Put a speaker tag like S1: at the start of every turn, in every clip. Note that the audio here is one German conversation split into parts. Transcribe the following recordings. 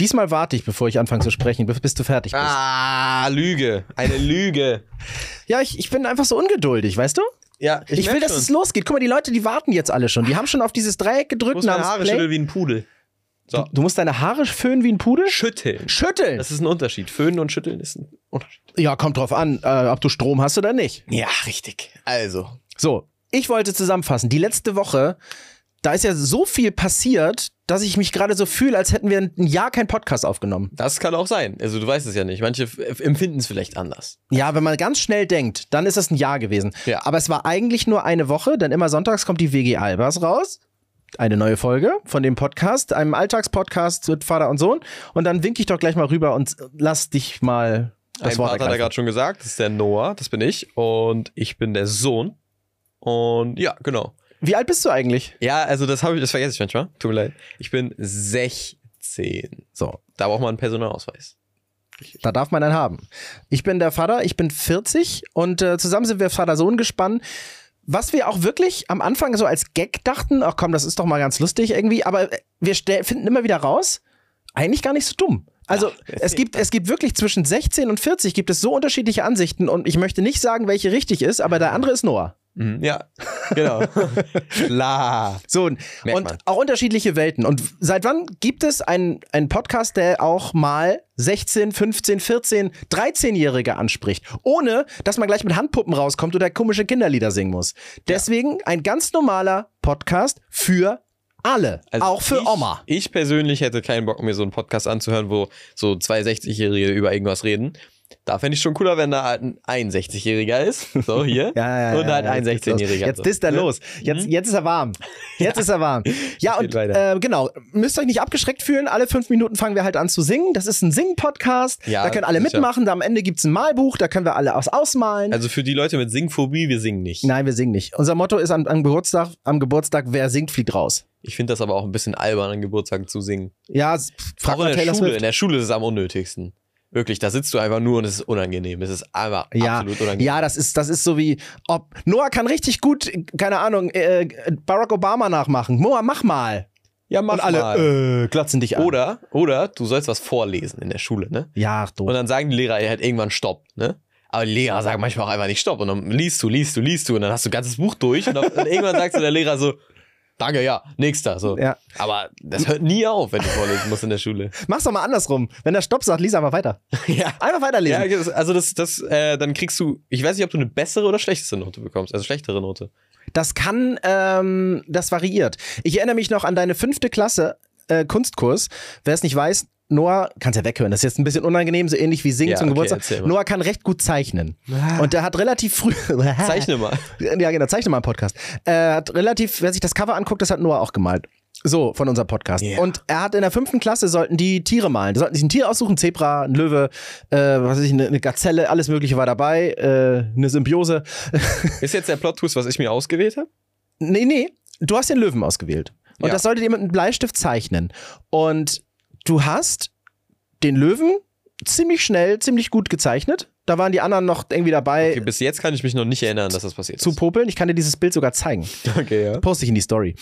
S1: Diesmal warte ich, bevor ich anfange zu sprechen, bis bis du fertig bist.
S2: Ah, Lüge. Eine Lüge.
S1: Ja, ich, ich bin einfach so ungeduldig, weißt du?
S2: Ja,
S1: Ich, will,
S2: merk
S1: dass
S2: schon.
S1: es losgeht. Guck mal, die Leute, die warten jetzt alle schon. Die haben schon auf dieses Dreieck
S2: Ich
S1: gedrückt
S2: muss meine
S1: namens
S2: Haare
S1: Play.
S2: schütteln wie ein Pudel.
S1: Du, du musst deine Haare föhnen wie ein Pudel?
S2: Schütteln.
S1: Schütteln.
S2: Das ist ein Unterschied. Föhnen und Schütteln ist ein Unterschied.
S1: Ja, kommt drauf an, äh, ob du Strom hast oder nicht.
S2: Ja, richtig. Also.
S1: So, ich wollte zusammenfassen. Die letzte Woche, da ist ja so viel passiert, dass ich mich gerade so fühle, als hätten wir ein Jahr keinen Podcast aufgenommen.
S2: Das kann auch sein. Also, du weißt es ja nicht. Manche f- empfinden es vielleicht anders.
S1: Ja, wenn man ganz schnell denkt, dann ist das ein Jahr gewesen.
S2: Ja.
S1: Aber es war eigentlich nur eine Woche, denn immer sonntags kommt die WG Albers raus. Eine neue Folge von dem Podcast, einem Alltagspodcast mit Vater und Sohn. Und dann winke ich doch gleich mal rüber und lass dich mal das
S2: ein
S1: Wort
S2: Part hat er
S1: ergreifen.
S2: gerade schon gesagt. Das ist der Noah. Das bin ich. Und ich bin der Sohn. Und ja, genau.
S1: Wie alt bist du eigentlich?
S2: Ja, also, das habe ich, das vergesse ich manchmal. Tut mir leid. Ich bin 16.
S1: So,
S2: Da braucht man einen Personalausweis.
S1: Da darf man einen haben. Ich bin der Vater, ich bin 40 und äh, zusammen sind wir Vater-Sohn gespannt. Was wir auch wirklich am Anfang so als Gag dachten, ach komm, das ist doch mal ganz lustig irgendwie, aber äh, wir stell- finden immer wieder raus, eigentlich gar nicht so dumm. Also es gibt es gibt wirklich zwischen 16 und 40 gibt es so unterschiedliche Ansichten und ich möchte nicht sagen, welche richtig ist, aber der andere ist Noah.
S2: Mhm. Ja, genau. Klar.
S1: So und
S2: Merkt man.
S1: auch unterschiedliche Welten. Und seit wann gibt es einen, einen Podcast, der auch mal 16, 15, 14, 13-Jährige anspricht, ohne dass man gleich mit Handpuppen rauskommt oder komische Kinderlieder singen muss? Deswegen ein ganz normaler Podcast für alle,
S2: Also
S1: auch für
S2: ich,
S1: Oma.
S2: Ich persönlich hätte keinen Bock, mir so einen Podcast anzuhören, wo so zwei 60-Jährige über irgendwas reden. Da fände ich schon cooler, wenn da halt ein 61-Jähriger ist. So hier. und halt ein
S1: jetzt geht's los.
S2: 16-Jähriger.
S1: Jetzt
S2: so.
S1: ist er
S2: Ne?
S1: los. Jetzt, jetzt ist er warm. Jetzt ist er warm. Ja,
S2: geht
S1: und
S2: weiter.
S1: äh, genau. Müsst euch nicht abgeschreckt fühlen. Alle fünf Minuten fangen wir halt an zu singen. Das ist ein Singen-Podcast.
S2: Ja,
S1: da können alle
S2: sicher.
S1: mitmachen. Da am Ende gibt's ein Malbuch. Da können wir alle aus ausmalen.
S2: Also für die Leute mit Singphobie, wir singen nicht.
S1: Nein, wir singen nicht. Unser Motto ist am, am, Geburtstag, am Geburtstag, wer singt, fliegt raus.
S2: Ich finde das aber auch ein bisschen albern, an Geburtstagen zu singen.
S1: Ja, s- frag
S2: auch
S1: mal
S2: in der
S1: Taylor
S2: Schule. ne? In
S1: Swift.
S2: der Schule ist es am unnötigsten. Wirklich, da sitzt du einfach nur und es ist unangenehm. Es ist einfach
S1: Ja,
S2: absolut unangenehm.
S1: ja, das ist, das ist so wie, ob Noah kann richtig gut, keine Ahnung, äh, Barack Obama nachmachen. Noah, mach mal.
S2: ja mach
S1: Und alle Äh, glotzen dich an.
S2: Oder, oder du sollst was vorlesen in der Schule, ne?
S1: Ja, ach du.
S2: Und dann sagen die Lehrer halt irgendwann Stopp, ne? Aber die Lehrer sagen manchmal auch einfach nicht Stopp. Und dann liest du, liest du, liest du. Und dann hast du ein ganzes Buch durch. Und, dann, und irgendwann sagt so der Lehrer so, danke, ja, nächster. So.
S1: Ja.
S2: Aber das hört nie auf, wenn du vorlesen musst in der Schule.
S1: Mach's doch mal andersrum. Wenn der Stopp sagt, lies einfach weiter.
S2: ja.
S1: Einfach weiterlesen.
S2: Ja, das- also das, das, äh, dann kriegst du, ich weiß nicht, ob du eine bessere oder schlechteste Note bekommst, also schlechtere Note.
S1: Das kann, ähm, das variiert. Ich erinnere mich noch an deine fünfte Klasse äh, Kunstkurs. Wer es nicht weiß, Noah, kannst ja weghören, das ist jetzt ein bisschen unangenehm, so ähnlich wie Singen
S2: Ja,
S1: zum
S2: okay,
S1: Geburtstag.
S2: erzähl mal.
S1: Noah kann recht gut zeichnen. Und der hat relativ früh.
S2: Zeichne mal.
S1: Ja, genau, zeichne mal einen Podcast. Er hat relativ, wer sich das Cover anguckt, das hat Noah auch gemalt. So, von unserem Podcast.
S2: Ja.
S1: Und er hat in der fünften Klasse sollten die Tiere malen. Die sollten sich ein Tier aussuchen, ein Zebra, ein Löwe, äh, was weiß ich, eine, eine Gazelle, alles Mögliche war dabei, äh, eine Symbiose.
S2: Ist jetzt der Plot-Twist, was ich mir ausgewählt habe?
S1: Nee, nee, du hast den Löwen ausgewählt. Und
S2: Ja.
S1: das sollte dir mit einem Bleistift zeichnen. Und du hast den Löwen ziemlich schnell, ziemlich gut gezeichnet. Da waren die anderen noch irgendwie dabei
S2: Okay, bis jetzt kann ich mich noch nicht erinnern, dass das passiert
S1: zu popeln. Ich kann dir dieses Bild sogar zeigen.
S2: ist. Okay, ja.
S1: Poste ich in die Story.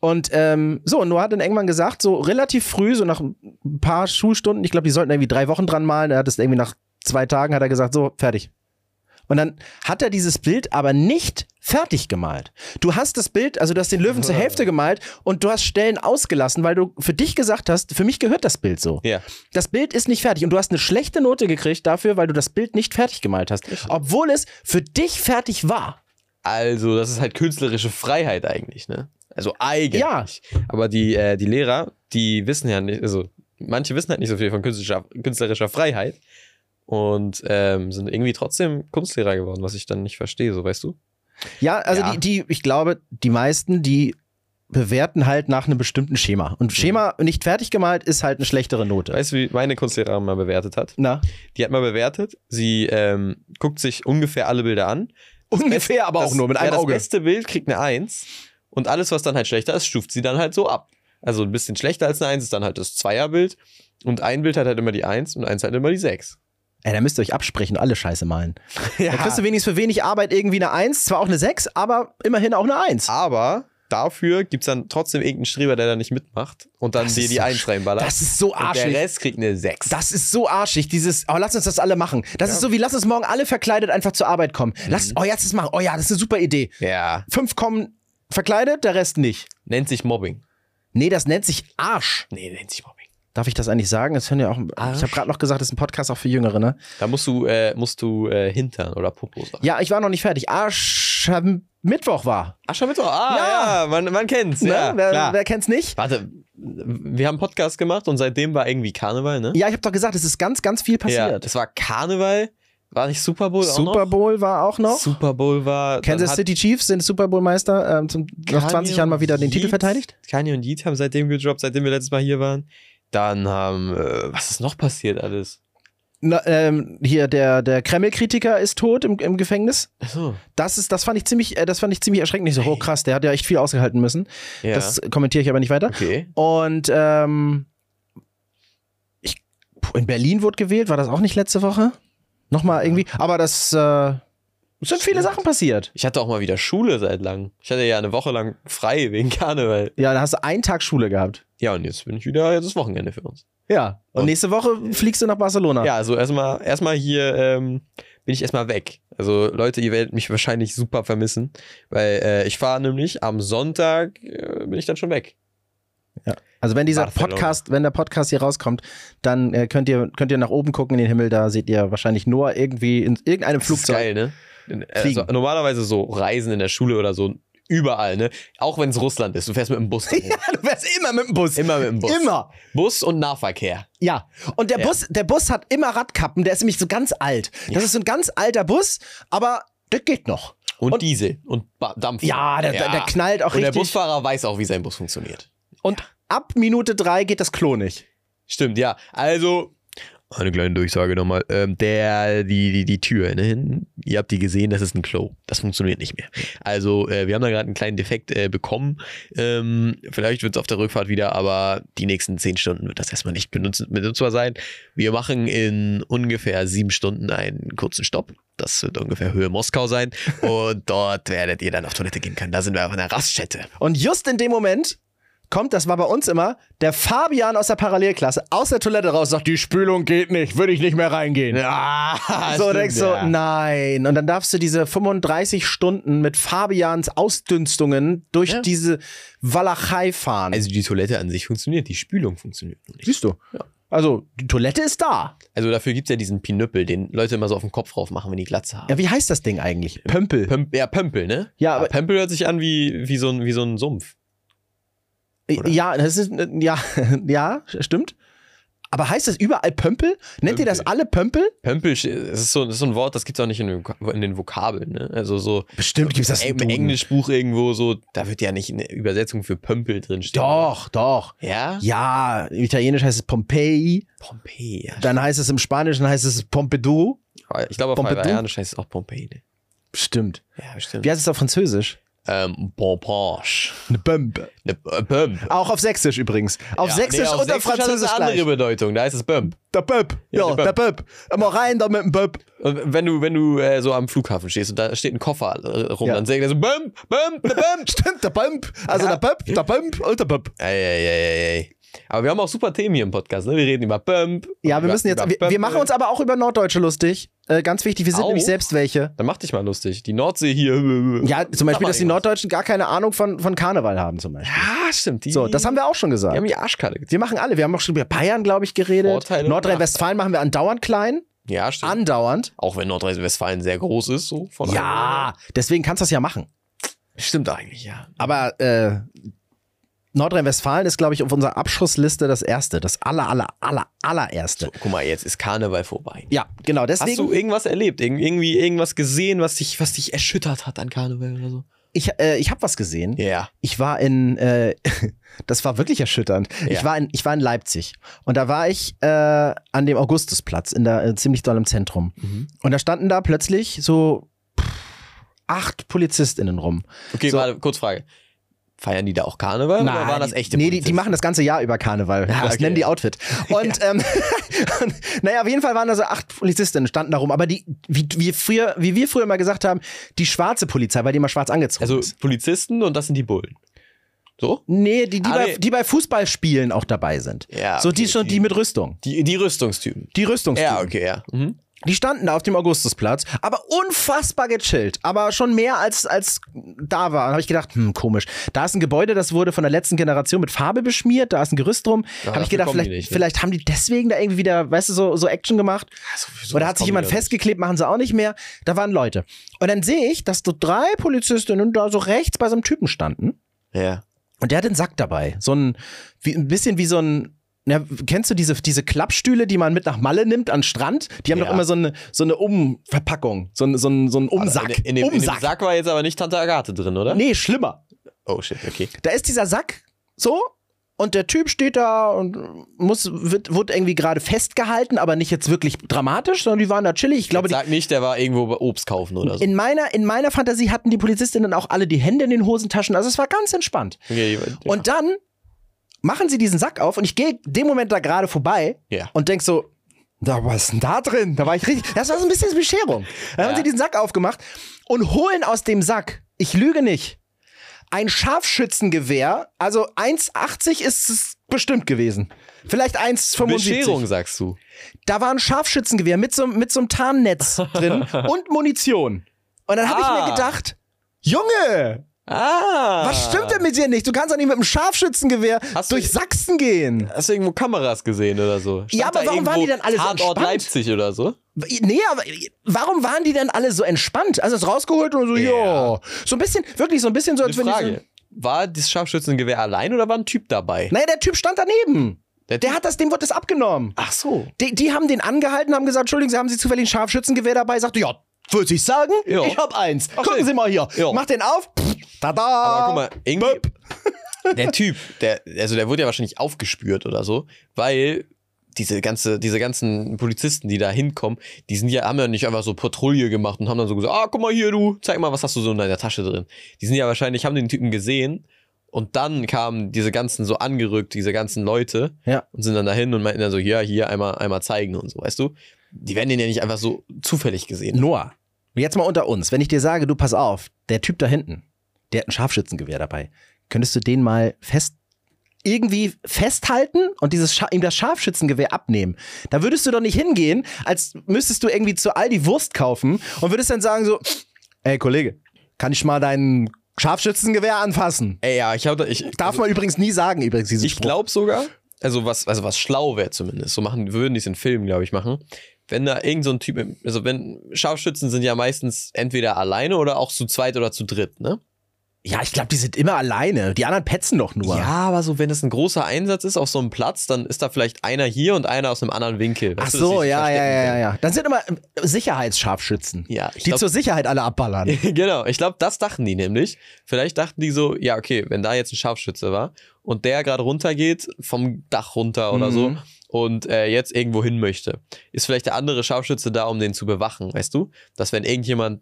S1: Und ähm, so, und Noah hat dann irgendwann gesagt, so relativ früh, so nach ein paar Schulstunden, ich glaube, die sollten irgendwie drei Wochen dran malen. Er hat es irgendwie nach zwei Tagen, hat er gesagt, so, fertig. Und dann hat er dieses Bild aber nicht fertig gemalt. Du hast das Bild, also du hast den Löwen zur Hälfte gemalt und du hast Stellen ausgelassen, weil du für dich gesagt hast, für mich gehört das Bild so.
S2: Ja.
S1: Das Bild ist nicht fertig und du hast eine schlechte Note gekriegt dafür, weil du das Bild nicht fertig gemalt hast, obwohl es für dich fertig war.
S2: Also, das ist halt künstlerische Freiheit eigentlich, ne? Also eigentlich.
S1: Ja.
S2: Aber die, äh, die Lehrer, die wissen ja nicht, also manche wissen halt nicht so viel von künstlerischer, künstlerischer Freiheit und ähm, sind irgendwie trotzdem Kunstlehrer geworden, was ich dann nicht verstehe, so weißt du?
S1: Ja, also
S2: Ja.
S1: Die, die, ich glaube, die meisten, die bewerten halt nach einem bestimmten Schema.
S2: Mhm.
S1: Und Schema nicht fertig gemalt ist halt eine schlechtere Note.
S2: Weißt du, wie meine Kunstlehrerin mal bewertet hat?
S1: Na,
S2: Die hat mal bewertet, sie ähm, guckt sich ungefähr alle Bilder an.
S1: ungefähr, aber
S2: das,
S1: auch nur mit
S2: ja,
S1: einem
S2: das
S1: Auge.
S2: Das beste Bild kriegt eine 1 und alles, was dann halt schlechter ist, stuft sie dann halt so ab. Also ein bisschen schlechter als eine 1 ist dann halt das Zweierbild und ein Bild hat halt immer die 1 und eins hat immer die 6.
S1: Ey, da müsst ihr euch absprechen, und alle Scheiße malen.
S2: Ja. Ah,
S1: Da kriegst du wenigstens für wenig Arbeit irgendwie eine 1, zwar auch eine 6, aber immerhin auch eine 1.
S2: Aber dafür gibt es dann trotzdem irgendeinen Streber, der da nicht mitmacht und dann
S1: Das
S2: dir
S1: ist
S2: die
S1: so
S2: Eins reinballert.
S1: Das ist so
S2: und der
S1: arschig.
S2: Rest kriegt eine 6.
S1: Das ist so arschig, dieses, oh, lass uns das alle machen. Das
S2: Ja. Mhm.
S1: ist so wie, lass uns morgen alle verkleidet einfach zur Arbeit kommen. Lass, oh, jetzt das machen. Oh ja, das ist eine super Idee.
S2: ja.
S1: Fünf kommen verkleidet, der Rest nicht.
S2: Nennt sich Mobbing.
S1: Nee, das nennt sich Arsch.
S2: Nee, nennt sich Mobbing.
S1: Darf ich das eigentlich sagen? Das hören ja auch.
S2: Arsch?
S1: Ich habe gerade noch gesagt, das ist ein Podcast auch für Jüngere, ne?
S2: Da musst du, äh, musst du äh, Hintern oder Popo sagen.
S1: Ja, ich war noch nicht fertig. Arsch ähm, Mittwoch war.
S2: Aschermittwoch, ah,
S1: Ja.
S2: ja, man, man kennt's.
S1: Ne?
S2: Ja,
S1: wer,
S2: klar.
S1: wer kennt's nicht?
S2: Warte, wir haben einen Podcast gemacht und seitdem war irgendwie Karneval, ne?
S1: Ja, ich habe doch gesagt, es ist ganz, ganz viel passiert.
S2: es war Karneval, war nicht Super Bowl auch noch?
S1: Super Bowl war auch noch.
S2: Super Bowl war. dann
S1: Kansas
S2: hat
S1: City Chiefs sind Super Bowl-Meister. Ähm, zum- nach
S2: Kanye
S1: 20 Jahren mal wieder den
S2: und
S1: Titel
S2: Yeet-
S1: verteidigt.
S2: Kanye und Yeet haben seitdem gedroppt, seitdem wir letztes Mal hier waren. Dann haben, äh, was ist noch passiert alles?
S1: Na, ähm, hier, der, der Kreml-Kritiker ist tot im, im Gefängnis.
S2: Achso.
S1: Das, ist, das, fand ich ziemlich, äh, das fand ich ziemlich erschreckend. Ich so, oh
S2: Ey.
S1: krass, der hat ja echt viel ausgehalten müssen.
S2: Ja.
S1: Das kommentiere ich aber nicht weiter.
S2: okay.
S1: Und ähm, ich, puh, in Berlin wurde gewählt, war das auch nicht letzte Woche? Nochmal irgendwie. Aber das äh, es sind viele
S2: Stimmt.
S1: Sachen passiert.
S2: Ich hatte auch mal wieder Schule seit langem. Ich hatte ja eine Woche lang frei wegen Karneval.
S1: Ja, da hast du einen Tag Schule gehabt.
S2: Ja, und jetzt bin ich wieder, jetzt ist Wochenende für uns.
S1: Ja. Und,
S2: Und-
S1: nächste Woche fliegst du nach Barcelona.
S2: Ja, also erstmal erstmal hier ähm, bin ich erstmal weg. Also Leute, ihr werdet mich wahrscheinlich super vermissen, weil äh, ich fahre nämlich am Sonntag äh, bin ich dann schon weg.
S1: Also wenn dieser
S2: Barcelona.
S1: Podcast, wenn der Podcast hier rauskommt, dann äh, könnt ihr könnt ihr nach oben gucken in den Himmel. Da seht ihr wahrscheinlich nur irgendwie in irgendeinem
S2: Das ist
S1: Flugzeug.
S2: geil, ne?
S1: Fliegen.
S2: Also, normalerweise so Reisen in der Schule oder so überall, ne? Auch wenn es Russland ist, du fährst mit dem Bus. dahin.
S1: Du fährst immer mit dem Bus.
S2: Immer mit dem Bus.
S1: Immer.
S2: Bus und Nahverkehr.
S1: Ja, und der
S2: Ja.
S1: Bus, der Bus hat immer Radkappen, der ist nämlich so ganz alt. Das ist so ein ganz alter Bus, aber das geht noch.
S2: Und,
S1: Und-
S2: Diesel und ba Dampf.
S1: Ja, der, der, der knallt auch
S2: Und der
S1: richtig.
S2: Busfahrer weiß auch, wie sein Bus funktioniert.
S1: und ab Minute drei geht das Klo nicht.
S2: Stimmt, ja. Also, eine kleine Durchsage nochmal. Ähm, der, die, die, die Tür, ne, hinten, ihr habt die gesehen, das ist ein Klo. Das funktioniert nicht mehr. Also, äh, wir haben da gerade einen kleinen Defekt äh, bekommen. Ähm, vielleicht wird es auf der Rückfahrt wieder, aber die nächsten zehn Stunden wird das erstmal nicht benutz- benutzbar sein. Wir machen in ungefähr sieben Stunden einen kurzen Stopp. Das wird ungefähr Höhe Moskau sein. Und dort werdet ihr dann auf Toilette gehen können. Da sind wir auf einer Raststätte.
S1: Und just in dem Moment kommt, das war bei uns immer, der Fabian aus der Parallelklasse aus der Toilette raus, sagt, die Spülung geht nicht, würde ich nicht mehr reingehen.
S2: Ah,
S1: so, denkst du, nein. Und dann darfst du diese 35 Stunden mit Fabians Ausdünstungen durch
S2: Ja.
S1: diese Walachei fahren.
S2: Also die Toilette an sich funktioniert, die Spülung funktioniert noch nicht.
S1: Siehst du? Also, die Toilette ist da.
S2: Also dafür gibt es ja diesen Pinöppel, den Leute immer so auf den Kopf drauf machen, wenn die Glatze haben.
S1: Ja, wie heißt das Ding eigentlich? Pömpel.
S2: Pömp ja, Pömpel, ne?
S1: Ja, aber-
S2: Pömpel hört sich an wie, wie, so ein, wie so ein Sumpf. oder?
S1: Äh, Ja, das ist ja, ja, stimmt. Aber heißt das überall Pömpel? Nennt ihr das
S2: Pömpel.
S1: alle Pömpel?
S2: Pömpel es ist, so, das ist so ein Wort, das gibt es auch nicht in den, Voka- in den Vokabeln, ne? Also so
S1: Bestimmt gibt's das
S2: im
S1: im Duden.
S2: Englischbuch irgendwo so, da wird ja nicht eine Übersetzung für Pömpel drinstehen.
S1: Doch, doch.
S2: Ja?
S1: Ja, im Italienisch heißt es Pompeii,
S2: Pompeii, ja.
S1: dann heißt es im Spanischen heißt es Pompidou.
S2: Ich glaube, auf
S1: Pompidou?
S2: Hawaiianisch heißt es auch Pompeii, ne?
S1: Stimmt.
S2: Ja, stimmt.
S1: Wie heißt es auf Französisch?
S2: Ähm, Pompage.
S1: Eine Bömpe.
S2: Ne, äh, Bömp.
S1: Auch auf Sächsisch übrigens. Auf
S2: Ja,
S1: Sächsisch
S2: nee, auf
S1: und auf
S2: Sächsisch hat das
S1: Französisch
S2: eine
S1: gleich.
S2: andere Bedeutung, da ist es Bömp.
S1: Der Böb.
S2: Ja,
S1: Ja, der
S2: der
S1: Böb. Mal rein da mit dem Böb.
S2: Und wenn du, wenn du äh, so am Flughafen stehst und da steht ein Koffer äh, rum,
S1: Ja.
S2: dann sagt er so, Bömp, Bömp, ne Bömp.
S1: Stimmt, der Böb. Also
S2: Ja.
S1: der Böb, der Böb und der Böb.
S2: Eieieiei. Aber wir haben auch super Themen hier im Podcast, ne? Wir reden über Bömp.
S1: Ja, wir
S2: über,
S1: müssen jetzt,
S2: über
S1: wir, wir
S2: Bömp.
S1: machen uns aber auch über Norddeutsche lustig. Äh, ganz wichtig, wir sind
S2: Auch?
S1: nämlich selbst welche.
S2: Dann mach dich mal lustig. Die Nordsee hier.
S1: Ja, zum Beispiel,
S2: mal
S1: dass die
S2: irgendwas.
S1: Norddeutschen gar keine Ahnung von, von Karneval haben, zum Beispiel.
S2: Ah, stimmt. Die,
S1: So, das haben wir auch schon
S2: die haben
S1: gesagt.
S2: die Arschkarte gezogen.
S1: Wir machen alle. Wir haben auch schon über Bayern, glaube ich, geredet.
S2: Vorteile und
S1: Nordrhein-Westfalen machen wir andauernd klein.
S2: Ja, stimmt.
S1: Andauernd.
S2: auch wenn Nordrhein-Westfalen sehr groß ist, so von
S1: Ja, deswegen kannst du das ja machen.
S2: Stimmt eigentlich, ja.
S1: Aber äh, Nordrhein-Westfalen ist, glaube ich, auf unserer Abschussliste das erste. Das aller, aller, aller, allererste.
S2: So, guck mal, jetzt ist Karneval vorbei.
S1: Ja, genau.
S2: Hast
S1: Deswegen,
S2: du irgendwas erlebt? Irg irgendwie irgendwas gesehen, was dich, was dich erschüttert hat an Karneval oder so?
S1: ich, äh, ich habe was gesehen.
S2: Ja.
S1: Ich war in, äh, das war wirklich erschütternd. Ich,
S2: Ja.
S1: war in, ich war in Leipzig und da war ich äh, an dem Augustusplatz, in der, äh, ziemlich doll im Zentrum.
S2: Mhm.
S1: Und da standen da plötzlich so pff, acht PolizistInnen rum.
S2: Okay,
S1: So.
S2: warte, kurz Frage. Feiern die da auch Karneval oder waren das echte
S1: Nee, die, die
S2: Polizisten?
S1: machen das ganze Jahr über Karneval.
S2: Ja,
S1: das
S2: okay.
S1: nennen die Outfit. Und, ähm, und naja, auf jeden Fall waren da so acht Polizistinnen, standen da rum. Aber die, wie, wie, früher, wie wir früher mal gesagt haben, die schwarze Polizei, weil die immer schwarz angezogen
S2: Also
S1: ist.
S2: Polizisten und das sind die Bullen. So?
S1: Nee, die, die,
S2: Ah,
S1: bei,
S2: nee.
S1: die bei Fußballspielen auch dabei sind.
S2: Ja,
S1: so die
S2: okay,
S1: schon, die,
S2: die-
S1: mit Rüstung.
S2: Die, die Rüstungstypen.
S1: Die Rüstungstypen.
S2: Ja, okay, ja. Mhm.
S1: Die standen da auf dem Augustusplatz, aber unfassbar gechillt. Aber schon mehr als, als da war. Da habe ich gedacht, hm, komisch. Da ist ein Gebäude, das wurde von der letzten Generation mit Farbe beschmiert, da ist ein Gerüst drum.
S2: Ja,
S1: habe ich
S2: dafür
S1: gedacht,
S2: kommen die
S1: vielleicht,
S2: nicht, ne?
S1: vielleicht haben die deswegen da irgendwie wieder, weißt du, so, so Action gemacht. Oder hat sich jemand festgeklebt, machen sie auch nicht mehr. Da waren Leute. Und dann sehe ich, dass so drei Polizistinnen da so rechts bei so einem Typen standen.
S2: Ja.
S1: Und der hat den Sack dabei. So ein, wie, ein bisschen wie so ein. Na, kennst du diese, diese Klappstühle, die man mit nach Malle nimmt an den Strand? Die haben
S2: Ja. Ah,
S1: doch immer so eine, so eine Umverpackung, so ein, so ein, so ein Umsack.
S2: In, in, dem, in dem
S1: Umsack.
S2: Sack ne? war jetzt aber nicht Tante Agathe drin, oder?
S1: Nee, schlimmer.
S2: Oh shit, okay.
S1: Da ist dieser Sack so und der Typ steht da und muss, wird, wird irgendwie gerade festgehalten, aber nicht jetzt wirklich dramatisch, sondern die waren da chillig. Ich glaube, die,
S2: Sag nicht, der war irgendwo bei Obst kaufen oder so.
S1: in, meiner, in meiner Fantasie hatten die Polizistinnen auch alle die Hände in den Hosentaschen. Also es war ganz entspannt.
S2: Okay,
S1: Und dann machen sie diesen Sack auf und ich gehe dem Moment da gerade vorbei
S2: Ja.
S1: und denk so, da was ist denn da drin? Da war ich richtig. Das war so ein bisschen Bescherung. Dann haben
S2: Ja.
S1: sie diesen Sack aufgemacht und holen aus dem Sack, ich lüge nicht, ein Scharfschützengewehr. Also 1,80 ist es bestimmt gewesen. Vielleicht 1,75.
S2: Bescherung sagst du.
S1: Da war ein Scharfschützengewehr mit so, mit so einem Tarnnetz drin und Munition. Und dann habe ich
S2: Ah.
S1: mir gedacht, Junge,
S2: Ah.
S1: was stimmt denn mit dir nicht? Du kannst doch nicht mit einem Scharfschützengewehr
S2: Hast du-
S1: durch Sachsen gehen.
S2: Hast du irgendwo Kameras gesehen oder so? Stand
S1: Ja, aber
S2: da
S1: warum waren die
S2: irgendwo
S1: dann alle so
S2: Tatort
S1: entspannt?
S2: Leipzig oder so?
S1: Nee, aber warum waren die denn alle so entspannt? Also es rausgeholt und so, ja.
S2: Ja.
S1: So ein bisschen, wirklich so ein bisschen so, als
S2: Eine
S1: wenn die so,
S2: Frage. War das Scharfschützengewehr allein oder war ein Typ dabei?
S1: Naja, der Typ stand daneben.
S2: Der
S1: Der hat das, dem wurde das abgenommen.
S2: Ach so.
S1: Die, die haben den angehalten, haben gesagt, Entschuldigung, Sie haben Sie zufällig ein Scharfschützengewehr dabei? Sagte, ja, würde ich sagen,
S2: Ja.
S1: ich hab eins. Gucken
S2: schön.
S1: Sie mal hier.
S2: Ja.
S1: Mach den auf. Pff, Tada.
S2: Aber guck mal, irgendwie. Der Typ, der, also der wurde ja wahrscheinlich aufgespürt oder so, weil diese, ganze, diese ganzen Polizisten, die da hinkommen, die sind ja, haben ja nicht einfach so Patrouille gemacht und haben dann so gesagt, ah, guck mal hier, du, zeig mal, was hast du so in deiner Tasche drin. Die sind ja wahrscheinlich, haben den Typen gesehen und dann kamen diese ganzen so angerückt, diese ganzen Leute
S1: Ja.
S2: und sind dann dahin und meinten dann so, ja, hier einmal, einmal zeigen und so, weißt du? Die werden den ja nicht einfach so zufällig gesehen.
S1: Noah, jetzt mal unter uns. Wenn ich dir sage, du pass auf, der Typ da hinten, der hat ein Scharfschützengewehr dabei. Könntest du den mal fest irgendwie festhalten und dieses Scha ihm das Scharfschützengewehr abnehmen? Da würdest du doch nicht hingehen, als müsstest du irgendwie zu Aldi Wurst kaufen und würdest dann sagen so, ey Kollege, kann ich mal dein Scharfschützengewehr anfassen?
S2: Ey, ja, ich habe da, ich,
S1: Darf man übrigens nie sagen, übrigens diesen
S2: Also Ich
S1: Spruch.
S2: glaube sogar, also was, also was schlau wäre zumindest, so machen, würden die es in Filmen, glaube ich, machen. Wenn da irgend so ein Typ, im- also wenn Scharfschützen sind ja meistens entweder alleine oder auch zu zweit oder zu dritt, ne?
S1: ja, ich glaube, die sind immer alleine. Die anderen petzen doch nur.
S2: Ja, aber so, wenn es ein großer Einsatz ist auf so einem Platz, dann ist da vielleicht einer hier und einer aus einem anderen Winkel.
S1: Ach
S2: weißt du, dass die
S1: so,
S2: sich
S1: ja, ja,
S2: verstecken
S1: ja,
S2: können.
S1: ja. Dann sind immer äh, Sicherheitsscharfschützen.
S2: Ja, ich
S1: die
S2: glaub-
S1: zur Sicherheit alle abballern.
S2: genau, ich glaube, das dachten die nämlich. Vielleicht dachten die so, ja, okay, wenn da jetzt ein Scharfschütze war und der gerade runtergeht, vom Dach runter oder so
S1: Mhm.
S2: und äh, jetzt irgendwo hin möchte, ist vielleicht der andere Scharfschütze da, um den zu bewachen, weißt du? Dass wenn irgendjemand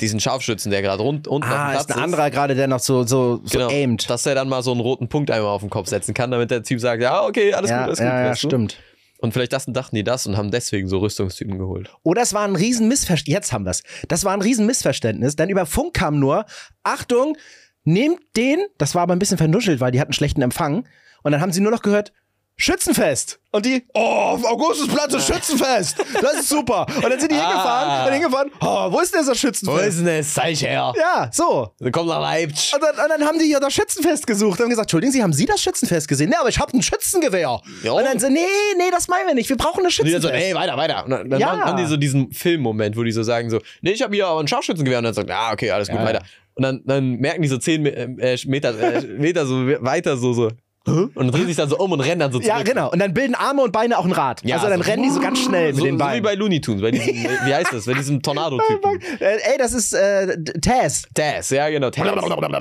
S2: diesen Scharfschützen, der gerade rund unten
S1: Ah,
S2: auf dem Platz
S1: ist ein anderer gerade, der noch so, so, so
S2: Genau.
S1: aimt.
S2: dass er dann mal so einen roten Punkt einmal auf den Kopf setzen kann, damit der Typ sagt, ja, okay, alles
S1: ja,
S2: gut, alles
S1: ja,
S2: gut.
S1: ja,
S2: weißt du?
S1: stimmt.
S2: Und vielleicht das, dachten die das und haben deswegen so Rüstungstypen geholt.
S1: Oder es war ein Riesenmissverständnis. Jetzt haben wir es. Das war ein Riesenmissverständnis, denn über Funk kam nur, Achtung, nehmt den, das war aber ein bisschen vernuschelt, weil die hatten schlechten Empfang. Und dann haben sie nur noch gehört, Schützenfest. Und die, oh, auf Augustusplatz ist Schützenfest. Das ist super. Und dann sind die
S2: Ah.
S1: hingefahren und hingefahren, oh, wo ist denn das Schützenfest?
S2: denn das Zeich her?
S1: Ja, so.
S2: Komm nach Leipzig.
S1: Und dann, und dann haben die ja das Schützenfest gesucht und haben gesagt, Entschuldigen Sie, haben Sie das Schützenfest gesehen? Ne, aber ich habe ein Schützengewehr.
S2: Ja. also
S1: Und dann so, nee, nee, das meinen wir nicht. Wir brauchen das
S2: Und die dann
S1: Schützenfest.
S2: so, ey, weiter, weiter. Und dann dann
S1: Ja.
S2: machen- haben die so diesen Filmmoment, wo die so sagen so, nee, ich habe hier aber ein Scharfschützengewehr. Und dann sagt, ah, okay, alles gut,
S1: Ja.
S2: weiter. Und dann, dann merken die so zehn Me- äh, Meter, äh, Meter so we- weiter so, so. Und dann drehen sich dann so um und rennen dann so zurück.
S1: ja, genau. Und dann bilden Arme und Beine auch ein Rad.
S2: Ja,
S1: also dann
S2: so-
S1: rennen die so ganz schnell
S2: So,
S1: mit den
S2: so wie
S1: Beinen.
S2: bei Looney Tunes, bei diesem, äh, wie heißt das, bei diesem Tornado-Typen.
S1: äh, ey, das ist äh, D- Taz.
S2: Taz, ja genau, Taz.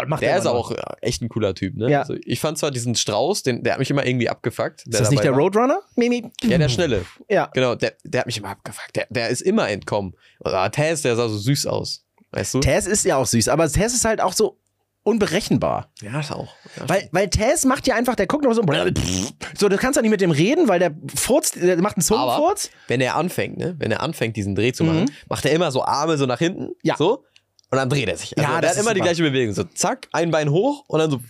S1: Macht
S2: Der
S1: er
S2: ist
S1: immer
S2: aber
S1: noch.
S2: auch äh, echt ein cooler Typ, ne?
S1: Ja.
S2: Also, ich fand zwar diesen Strauß, den, der hat mich immer irgendwie abgefuckt.
S1: Ist das nicht der
S2: dabei war.
S1: Roadrunner? Mimi.
S2: Ja, der Schnelle.
S1: Ja.
S2: Genau, der, der hat mich immer abgefuckt. Der, der ist immer entkommen. Aber Taz, der sah so süß aus. Weißt du?
S1: Taz ist ja auch süß, aber Taz ist halt auch so unberechenbar.
S2: Ja, das auch. Ja.
S1: Weil, weil Taz macht ja einfach, der guckt noch so, so, du kannst ja nicht mit dem reden, weil der furzt, der macht einen
S2: Aber-
S1: Zungenfurz.
S2: wenn er anfängt, ne? Wenn er anfängt, diesen Dreh zu
S1: Mhm.
S2: machen, macht er immer so Arme so nach hinten.
S1: Ja.
S2: So. Und dann dreht er sich. Also
S1: Ja,
S2: ja,
S1: das ist
S2: das hat immer die
S1: super.
S2: gleiche Bewegung. So zack, ein Bein hoch und dann so.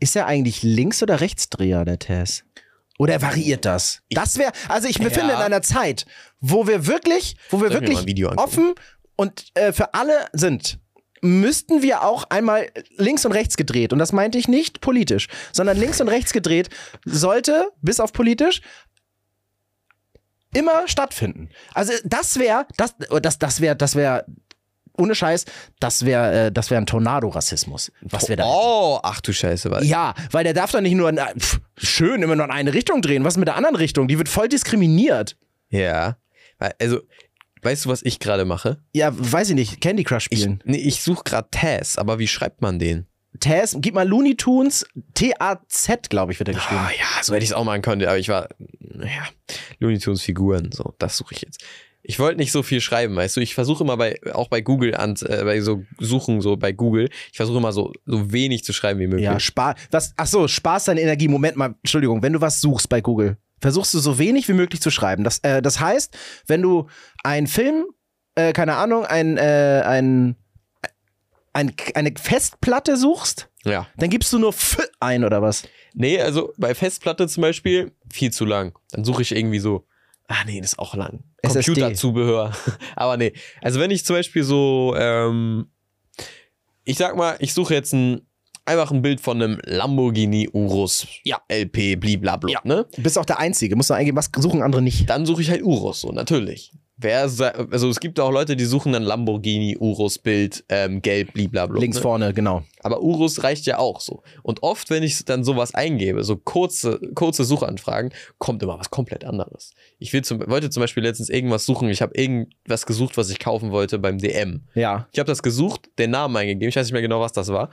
S1: Ist er eigentlich Links- oder Rechtsdreher, der Tess? Oder variiert das? Das wäre, also ich befinde
S2: Ja.
S1: in einer Zeit, wo wir wirklich, wo wir
S2: Soll ich mir mal ein
S1: wirklich
S2: Video angucken?
S1: offen und äh, für alle sind. Müssten wir auch einmal links und rechts gedreht, und das meinte ich nicht politisch, sondern links und rechts gedreht sollte, bis auf politisch, immer stattfinden. Also das wäre, das, oh, das, das wäre, das wäre, ohne Scheiß, das wäre, äh, das wäre ein Tornado-Rassismus, was wir da
S2: Oh, ach du Scheiße, was?
S1: ja, weil der darf doch nicht nur in, pf, schön immer nur in eine Richtung drehen. Was mit der anderen Richtung? Die wird voll diskriminiert.
S2: Ja. Weil, Also, weißt du, was ich gerade mache?
S1: Ja, weiß ich nicht. Candy Crush
S2: Ich,
S1: spielen.
S2: nee, ich suche gerade Taz, aber wie schreibt man den?
S1: Taz, gib mal Looney Tunes. T-A-Z, glaube ich, wird er geschrieben.
S2: Ah ja, so hätte ich es auch machen können, aber ich war, naja, Looney Tunes Figuren, so, das suche ich jetzt. Ich wollte nicht so viel schreiben, weißt du, ich versuche immer bei, auch bei Google, an, äh, bei so Suchen, so bei Google, ich versuche immer so, so wenig zu schreiben wie möglich.
S1: Ja, Spaß. Was, ach so, Spaß deine Energie. Moment mal, Entschuldigung, wenn du was suchst bei Google, versuchst du so wenig wie möglich zu schreiben. Das, äh, das heißt, wenn du einen Film, äh, keine Ahnung, ein, äh, ein, ein, eine Festplatte suchst,
S2: ja.
S1: dann gibst du nur F ein oder was?
S2: Nee, also bei Festplatte zum Beispiel, viel zu lang. Dann suche ich irgendwie so, ah nee, das ist auch lang.
S1: SSD.
S2: Computerzubehör. Aber nee, also wenn ich zum Beispiel so, ähm, ich sag mal, ich suche jetzt ein, einfach ein Bild von einem Lamborghini Urus
S1: Ja.
S2: LP, bliblabla,
S1: Ja.
S2: ne?
S1: Du bist auch der Einzige. Musst du eingeben, was suchen andere nicht.
S2: Dann suche ich halt Urus, so natürlich. Wer, sa- also es gibt auch Leute, die suchen dann Lamborghini Urus Bild, ähm, gelb, bliblabla.
S1: Links
S2: ne?
S1: vorne, genau.
S2: Aber Urus reicht ja auch so. Und oft, wenn ich dann sowas eingebe, so kurze, kurze Suchanfragen, kommt immer was komplett anderes. Ich will zum, wollte zum Beispiel letztens irgendwas suchen. Ich habe irgendwas gesucht, was ich kaufen wollte beim DM.
S1: Ja.
S2: Ich habe das gesucht, den Namen eingegeben. Ich weiß nicht mehr genau, was das war.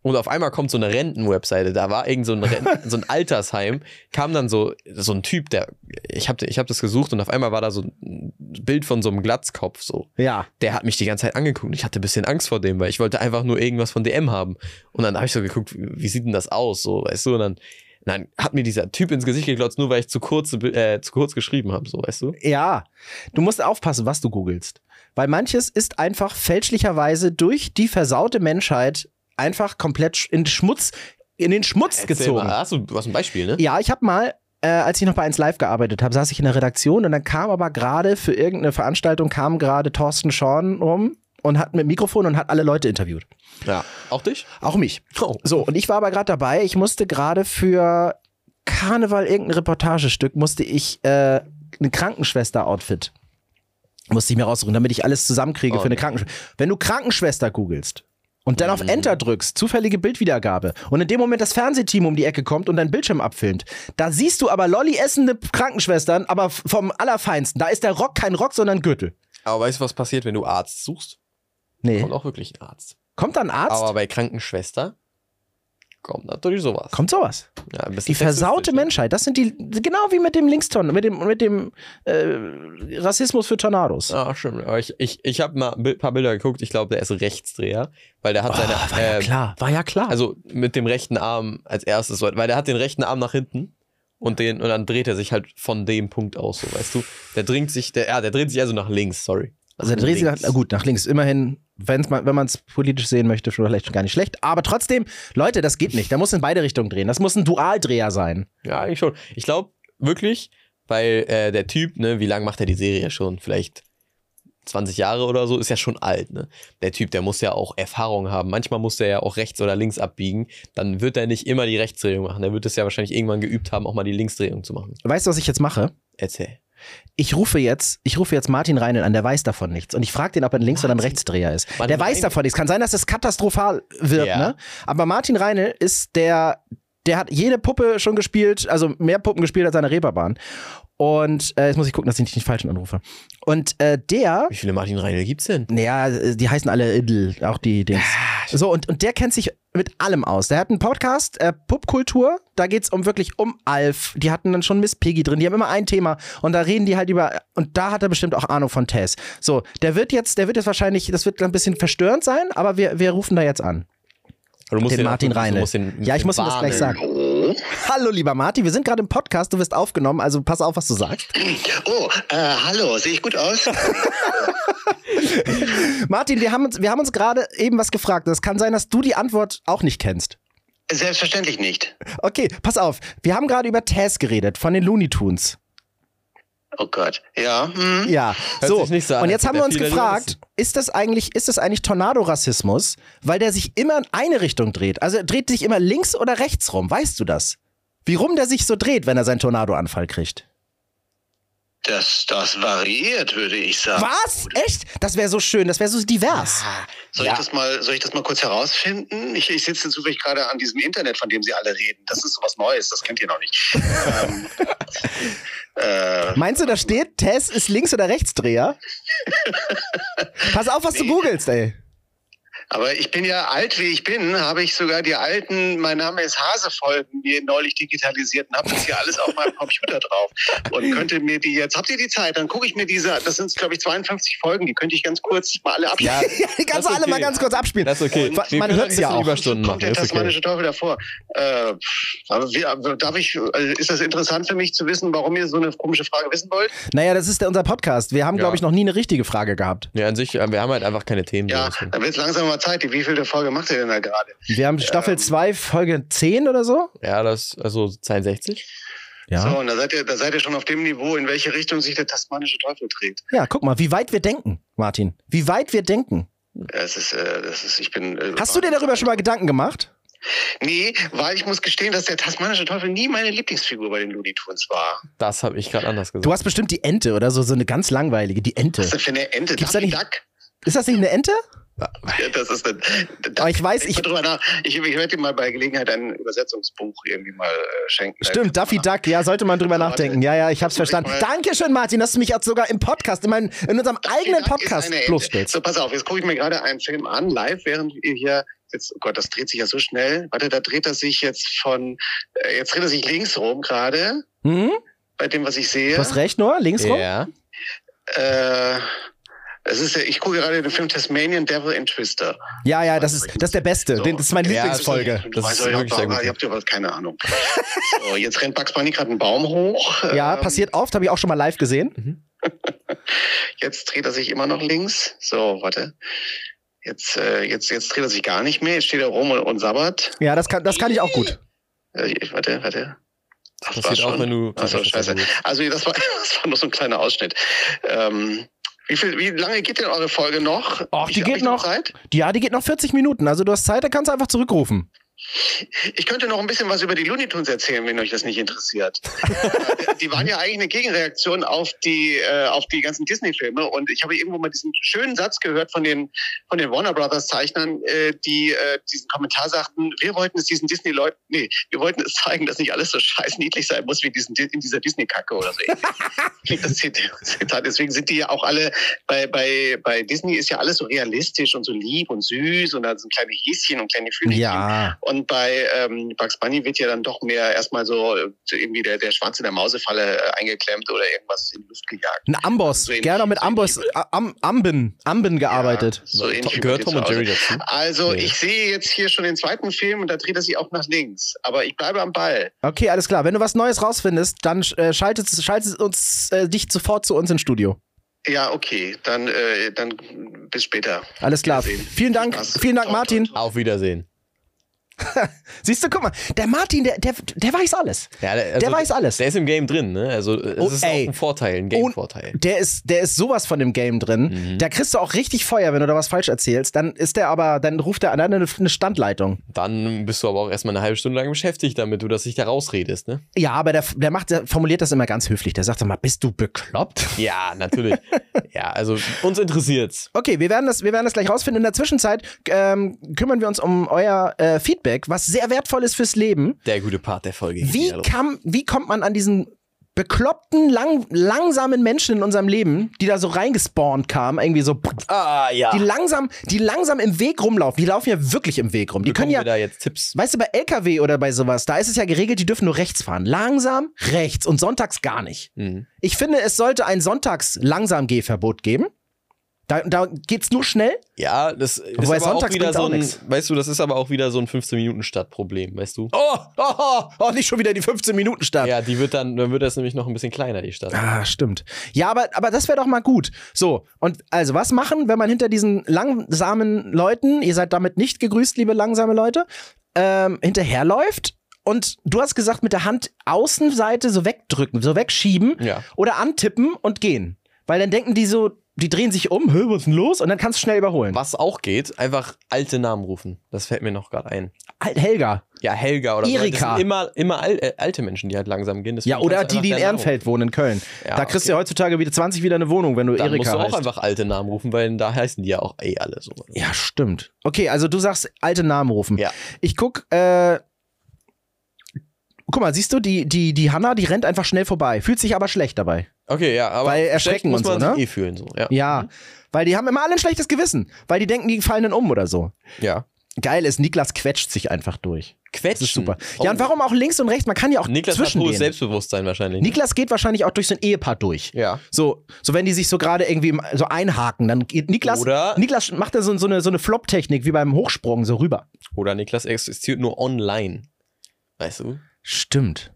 S2: Und auf einmal kommt so eine Rentenwebseite. Da war irgend so ein, Ren- so ein Altersheim. Kam dann so, so ein Typ, der. Ich habe ich hab das gesucht und auf einmal war da so ein Bild von so einem Glatzkopf so
S1: Ja.
S2: der hat mich die ganze Zeit angeguckt. Ich hatte ein bisschen Angst vor dem, weil ich wollte einfach nur irgendwas von DM haben. Und dann habe ich so geguckt, wie sieht denn das aus, so, weißt du? Und dann, dann hat mir dieser Typ ins Gesicht geglotzt, nur weil ich zu kurz, äh, zu kurz geschrieben habe, so, weißt du?
S1: Ja. Du musst aufpassen, was du googelst. Weil manches ist einfach fälschlicherweise durch die versaute Menschheit einfach komplett sch- in Schmutz, in den Schmutz gezogen.
S2: Mal, hast du, du hast ein Beispiel, ne?
S1: Ja, ich habe mal, äh, als ich noch bei 1 Live gearbeitet habe, saß ich in der Redaktion und dann kam aber gerade für irgendeine Veranstaltung, kam gerade Thorsten Schorn rum und hat mit Mikrofon und hat alle Leute interviewt.
S2: Ja. Auch dich?
S1: Auch mich.
S2: Oh.
S1: So, und ich war aber gerade dabei, ich musste gerade für Karneval irgendein Reportagestück, musste ich äh, eine Krankenschwester-Outfit, musste ich mir raussuchen, damit ich alles zusammenkriege
S2: Oh,
S1: für eine
S2: nee.
S1: Krankenschwester. Wenn du Krankenschwester googelst und dann auf
S2: Mhm.
S1: Enter drückst, zufällige Bildwiedergabe und in dem Moment das Fernsehteam um die Ecke kommt und dein Bildschirm abfilmt, da siehst du aber lolli essende Krankenschwestern, aber vom Allerfeinsten. Da ist der Rock kein Rock, sondern Gürtel.
S2: Aber weißt du, was passiert, wenn du Arzt suchst?
S1: Nee.
S2: Kommt auch wirklich ein Mhm. Arzt.
S1: Kommt dann Arzt?
S2: Aber bei Krankenschwester kommt natürlich sowas.
S1: Kommt sowas.
S2: Ja, ein bisschen
S1: Die versaute
S2: sexistisch, ne?
S1: Menschheit, das sind die, genau wie mit dem Linkston, mit dem, mit dem äh, Rassismus für Tornados.
S2: Ah, stimmt. Aber ich ich, ich habe mal ein bi- paar Bilder geguckt. Ich glaube, der ist Rechtsdreher, weil der hat seine. ähm,
S1: klar, war ja klar.
S2: Also mit dem rechten Arm als erstes, weil weil der hat den rechten Arm nach hinten und den und dann dreht er sich halt von dem Punkt aus, so weißt du. Der dringt sich, der, ja, der dreht sich also nach links, sorry.
S1: also der Dresi nach,
S2: links.
S1: na gut, nach links, immerhin, wenn's mal, wenn man es politisch sehen möchte, schon vielleicht schon gar nicht schlecht. Aber trotzdem, Leute, das geht nicht. Da muss in beide Richtungen drehen. Das muss ein Dualdreher sein.
S2: Ja, eigentlich schon. Ich glaube wirklich, weil äh, der Typ, ne, wie lange macht er die Serie schon? Vielleicht 20 Jahre oder so, ist ja schon alt, ne? Der Typ, der muss ja auch Erfahrung haben. Manchmal muss der ja auch rechts oder links abbiegen. Dann wird er nicht immer die Rechtsdrehung machen. Der wird es ja wahrscheinlich irgendwann geübt haben, auch mal die Linksdrehung zu machen.
S1: Weißt du, was ich jetzt mache?
S2: Erzähl.
S1: Ich rufe jetzt, ich rufe jetzt Martin Reinen an, der weiß davon nichts. Und ich frage den, ob er ein Links- oder ein
S2: Martin.
S1: Rechtsdreher ist.
S2: Martin
S1: der weiß
S2: Reinen.
S1: davon nichts. Kann sein, dass es katastrophal wird,
S2: Ja.
S1: ne? Aber Martin Reine ist der, der hat jede Puppe schon gespielt, also mehr Puppen gespielt als eine Reeperbahn. Und äh, jetzt muss ich gucken, dass ich nicht den falschen anrufe. Und äh, der,
S2: Wie viele Martin Reinl gibt's denn?
S1: naja, äh, die heißen alle Idl, auch die Dings. So, und, und der kennt sich mit allem aus. Der hat einen Podcast, äh, Pubkultur, da geht's um wirklich um Alf. Die hatten dann schon Miss Piggy drin, die haben immer ein Thema und da reden die halt über, und da hat er bestimmt auch Ahnung von Tess. So, der wird jetzt, der wird jetzt wahrscheinlich, das wird ein bisschen verstörend sein, aber wir, wir rufen da jetzt an.
S2: Du musst
S1: Den Martin
S2: du
S1: Reinl.
S2: musst den-
S1: Ja, ich
S2: den
S1: muss ihm das gleich
S2: warnen.
S1: sagen. Hallo, lieber Martin, wir sind gerade im Podcast, du wirst aufgenommen, also pass auf, was du sagst.
S3: Oh, äh, hallo, sehe ich gut aus?
S1: Martin, wir haben uns, wir haben uns gerade eben was gefragt. Es kann sein, dass du die Antwort auch nicht kennst.
S3: Selbstverständlich nicht.
S1: Okay, pass auf. Wir haben gerade über Taz geredet von den Looney Tunes.
S3: Oh Gott. Ja. Hm.
S1: Ja,
S2: Hört
S1: so.
S2: sich nicht so an,
S1: und
S2: als
S1: jetzt
S2: ob
S1: haben
S2: der
S1: wir uns
S2: viele
S1: gefragt, ist das eigentlich, ist das eigentlich Tornado-Rassismus, weil der sich immer in eine Richtung dreht? Also er dreht sich immer links oder rechts rum, weißt du das? Wie rum der sich so dreht, wenn er seinen Tornado-Anfall kriegt?
S3: Das, das variiert, würde ich sagen.
S1: Was? Echt? Das wäre so schön, das wäre so divers.
S3: Soll,
S1: Ja.
S3: ich das mal, soll ich das mal kurz herausfinden? Ich, ich sitze zufällig gerade an diesem Internet, von dem Sie alle reden. Das ist sowas Neues, das kennt ihr noch nicht. ähm, äh,
S1: Meinst du, da steht, Tess ist links oder rechtsdreher? Pass auf, was du
S3: Nee.
S1: googelst, ey.
S3: aber ich bin ja alt, wie ich bin, habe ich sogar die alten, mein Name ist Hasefolgen, mir neulich digitalisiert und habe das hier alles auf meinem Computer drauf. Und könnte mir die jetzt, habt ihr die Zeit? Dann gucke ich mir diese, das sind, glaube ich, 52 Folgen, die könnte ich ganz kurz mal alle abspielen.
S2: Ja,
S1: Die kannst du
S2: Das ist
S1: alle mal
S2: okay.
S1: ganz kurz abspielen.
S2: das ist okay.
S1: Man
S2: können
S1: hört's
S2: ein bisschen
S1: ja auch.
S2: Überstunden machen.
S3: kommt der
S2: ist okay.
S3: tasmanische Teufel davor. Äh, aber wie, aber darf ich, äh, ist das interessant für mich zu wissen, warum ihr so eine komische Frage wissen wollt?
S1: Naja, das ist der, unser Podcast. Wir haben,
S2: Ja.
S1: glaube ich, noch nie eine richtige Frage gehabt.
S2: Ja, an sich, äh, wir haben halt einfach keine Themen.
S3: Ja,
S2: so.
S3: dann wird es langsam mal Zeit. Wie viel der Folge macht ihr denn da gerade?
S1: Wir haben Staffel 2, Folge 10 oder so.
S2: ja das, also 62.
S1: Ja.
S3: So, und da seid, ihr, da seid ihr schon auf dem Niveau, in welche Richtung sich der tasmanische Teufel dreht.
S1: Ja, guck mal, wie weit wir denken, Martin. Wie weit wir denken.
S3: Es ist, äh, das ist, ich bin. Äh,
S1: Hast du dir darüber schon mal Gedanken gemacht?
S3: Nee, weil ich muss gestehen, dass der tasmanische Teufel nie meine Lieblingsfigur bei den Looney Tunes war.
S2: Das habe ich gerade anders gesagt.
S1: Du hast bestimmt die Ente oder so, so eine ganz langweilige, die
S3: Was
S1: Ente.
S3: ist das für eine Ente?
S1: Gibt's da
S3: Daffy
S1: nicht-
S3: Duck?
S1: Ist das nicht eine Ente?
S3: Ja, Das ist eine,
S1: Aber ich weiß,
S3: Denk
S1: ich.
S3: mal drüber nach. Ich, ich werde dir mal bei Gelegenheit ein Übersetzungsbuch irgendwie mal äh, schenken.
S1: Stimmt, Daffy Duck, ja, sollte man drüber
S3: Warte.
S1: nachdenken. Ja, ja, ich hab's verstanden.
S3: Mal-
S1: Dankeschön, Martin, dass du mich jetzt sogar im Podcast, in, meinem, in unserem eigenen
S3: Duck ist
S1: Podcast
S3: eine Ente.
S1: bloßstellst.
S3: So, pass auf, jetzt gucke ich mir gerade einen Film an, live, während ihr hier. Jetzt, oh Gott, das dreht sich ja so schnell. Warte, da dreht er sich jetzt von. Äh, jetzt dreht er sich links rum gerade,
S1: Mhm?
S3: bei dem, was ich sehe.
S1: Du hast recht, Noah, links rum?
S2: ja.
S3: Äh, es ist, ja- ich gucke gerade den Film Tasmanian Devil and Twister.
S1: Ja, ja, das ist, das ist der Beste.
S3: So. also
S1: Den- Das ist meine
S2: Ja,
S1: Lieblingsfolge.
S2: Das ist
S3: ich
S2: wirklich sehr gut.
S3: Ihr habt ja was, keine Ahnung. so, jetzt rennt Bugs Bunny gerade einen Baum hoch.
S1: Ja,
S3: Ähm,
S1: passiert oft, habe ich auch schon mal live gesehen.
S2: Mhm.
S3: Jetzt dreht er sich immer noch links. So, warte. Jetzt, äh, jetzt, jetzt dreht er sich gar nicht mehr. Jetzt steht er rum und, und sabbert.
S1: Ja, das kann, das kann ich auch gut.
S3: Äh, ich- warte, warte.
S2: Das
S3: war
S2: passiert auch,
S3: schon.
S2: wenn du.
S3: Achso, scheiße. Also das war, das war nur so ein kleiner Ausschnitt. Ähm, wie, viel, wie lange geht denn eure Folge noch?
S1: Ach, die
S3: Ich- hab
S1: geht
S3: ich noch.
S1: noch.
S3: Zeit?
S1: Die- Ja, die geht noch 40 Minuten. Also du hast Zeit, da kannst du einfach zurückrufen.
S3: Ich könnte noch ein bisschen was über die Looney Tunes erzählen, wenn euch das nicht interessiert. Äh, die waren ja eigentlich eine Gegenreaktion auf die, äh, auf die ganzen Disney-Filme. Und ich habe irgendwo mal diesen schönen Satz gehört von den, von den Warner Brothers-Zeichnern, äh, die äh, diesen Kommentar sagten, wir wollten es diesen Disney-Leuten, nee, wir wollten es zeigen, dass nicht alles so scheiß niedlich sein muss wie diesen, Di- in dieser Disney-Kacke oder so. ähnlich. das Zit- Zitat. Deswegen sind die ja auch alle, bei, bei, bei Disney ist ja alles so realistisch und so lieb und süß und da sind kleine Häschen und kleine Fühlchen.
S1: Ja.
S3: Und bei ähm, Bugs Bunny wird ja dann doch mehr erstmal so äh, irgendwie der, der Schwanz in der Mausefalle äh, eingeklemmt oder irgendwas in die Luft gejagt.
S1: Ein Amboss.
S3: So ähnlich-
S1: Gerne mit
S3: so ähnlich
S1: Amboss, am, Amben, Amben gearbeitet.
S3: Ja, so ähnlich wie
S2: Gehört
S3: bei
S2: Tom
S3: dir
S2: und
S3: zu
S2: Jerry
S3: Hause.
S2: dazu?
S3: Also
S2: Nee.
S3: ich sehe jetzt hier schon den zweiten Film und da dreht er sich auch nach links. Aber ich bleibe am Ball.
S1: Okay, alles klar. Wenn du was Neues rausfindest, dann äh, schaltet, schaltet uns äh, dich sofort zu uns ins Studio.
S3: Ja, okay. Dann, äh, dann bis später.
S1: Alles klar.
S3: Wiedersehen.
S1: Vielen Dank,
S3: Spaß.
S1: vielen Dank,
S3: Toi, toi,
S1: Martin.
S2: Auf Wiedersehen.
S1: Siehst du, guck mal, der Martin, der, der, der weiß alles.
S2: Ja, der, also,
S1: Der weiß alles.
S2: Der ist im Game drin, ne? Also, es
S1: Oh,
S2: ist
S1: ey.
S2: auch ein Vorteil, ein Game-Vorteil.
S1: Der ist, der ist sowas von dem Game drin.
S3: Mhm.
S1: Da kriegst du auch richtig Feuer, wenn du da was falsch erzählst. Dann ist der aber, dann ruft er an dann eine eine Standleitung.
S2: Dann bist du aber auch erstmal eine halbe Stunde lang beschäftigt, damit du das nicht da rausredest, ne?
S1: Ja, aber der, der macht, der formuliert das immer ganz höflich. Der sagt doch mal, bist du bekloppt?
S2: Ja, natürlich. ja, also, uns interessiert's.
S1: Okay, wir werden das, wir werden das gleich rausfinden. In der Zwischenzeit ähm, kümmern wir uns um euer äh, Feedback, was sehr wertvoll ist fürs Leben.
S2: Der gute Part der Folge. geht
S1: Wie,
S2: wieder los.
S1: kam, wie kommt man an diesen bekloppten, lang, langsamen Menschen in unserem Leben, die da so reingespawnt kamen, irgendwie so,
S2: Ah, ja.
S1: die langsam, die langsam im Weg rumlaufen. Die laufen ja wirklich im Weg rum. Die können
S2: Bekommen
S1: ja,
S2: wir da jetzt Tipps.
S1: weißt du, bei LKW oder bei sowas, da ist es ja geregelt, die dürfen nur rechts fahren. Langsam rechts und sonntags gar nicht.
S2: Mhm.
S1: Ich finde, es sollte ein sonntags langsam Gehverbot geben. Da, da geht's nur schnell.
S2: Ja, das ist
S1: Wobei
S2: aber
S1: sonntags
S2: auch wieder
S1: bringt's auch
S2: so ein,
S1: nix.
S2: weißt du, das ist aber auch wieder so ein 15-Minuten-Stadt-Problem, weißt du?
S1: Oh, oh, oh, oh, nicht schon wieder die 15 Minuten Start.
S2: Ja, die wird dann, dann wird das nämlich noch ein bisschen kleiner, die Stadt.
S1: Ah, stimmt. Ja, aber, aber das wäre doch mal gut. So, und also was machen, wenn man hinter diesen langsamen Leuten, ihr seid damit nicht gegrüßt, liebe langsame Leute, ähm, hinterherläuft und du hast gesagt, mit der Hand Außenseite so wegdrücken, so wegschieben
S2: Ja.
S1: oder antippen und gehen. Weil dann denken die so, die drehen sich um, hör, was ist denn los? Und dann kannst du schnell überholen.
S2: Was auch geht, einfach alte Namen rufen. Das fällt mir noch gerade ein.
S1: Alt Helga.
S2: Ja, Helga oder so.
S1: Erika.
S2: Das sind immer, immer al äh, alte Menschen, die halt langsam gehen. Deswegen
S1: Ja, oder
S2: kannst du
S1: die, die in
S2: einfach deren Namen
S1: Ehrenfeld wohnen, in Köln.
S2: Ja,
S1: da kriegst
S2: okay.
S1: du ja heutzutage wieder 20 wieder eine Wohnung, wenn du
S2: rufen. Dann musst
S1: Erika
S2: du auch
S1: heißt.
S2: einfach alte Namen rufen, weil da heißen die ja auch eh alle so.
S1: Ja, stimmt. Okay, also du sagst alte Namen rufen.
S2: Ja.
S1: Ich guck, äh, guck mal, siehst du, die, die, die Hanna, die rennt einfach schnell vorbei, fühlt sich aber schlecht dabei.
S2: Okay, ja, aber
S1: Weil erschrecken
S2: schlecht muss
S1: und so,
S2: man
S1: ne?
S2: sich eh fühlen so. Ja.
S1: Ja, weil die haben immer alle ein schlechtes Gewissen, weil die denken, die fallen dann um oder so.
S2: ja.
S1: Geil ist, Niklas quetscht sich einfach durch.
S2: Quetschen. Oh,
S1: Das ist super. Ja, und warum auch links und rechts? Man kann ja auch
S2: Niklas hat
S1: zwischen
S2: hohes
S1: denen.
S2: Selbstbewusstsein wahrscheinlich.
S1: Niklas geht wahrscheinlich auch durch so ein Ehepaar durch.
S2: ja.
S1: So, so wenn die sich so gerade irgendwie im- so einhaken, dann geht Niklas,
S2: Oder-
S1: Niklas macht da so, so eine, so eine Flop-Technik wie beim Hochsprung so rüber.
S2: Oder Niklas existiert nur online. Weißt du?
S1: Stimmt.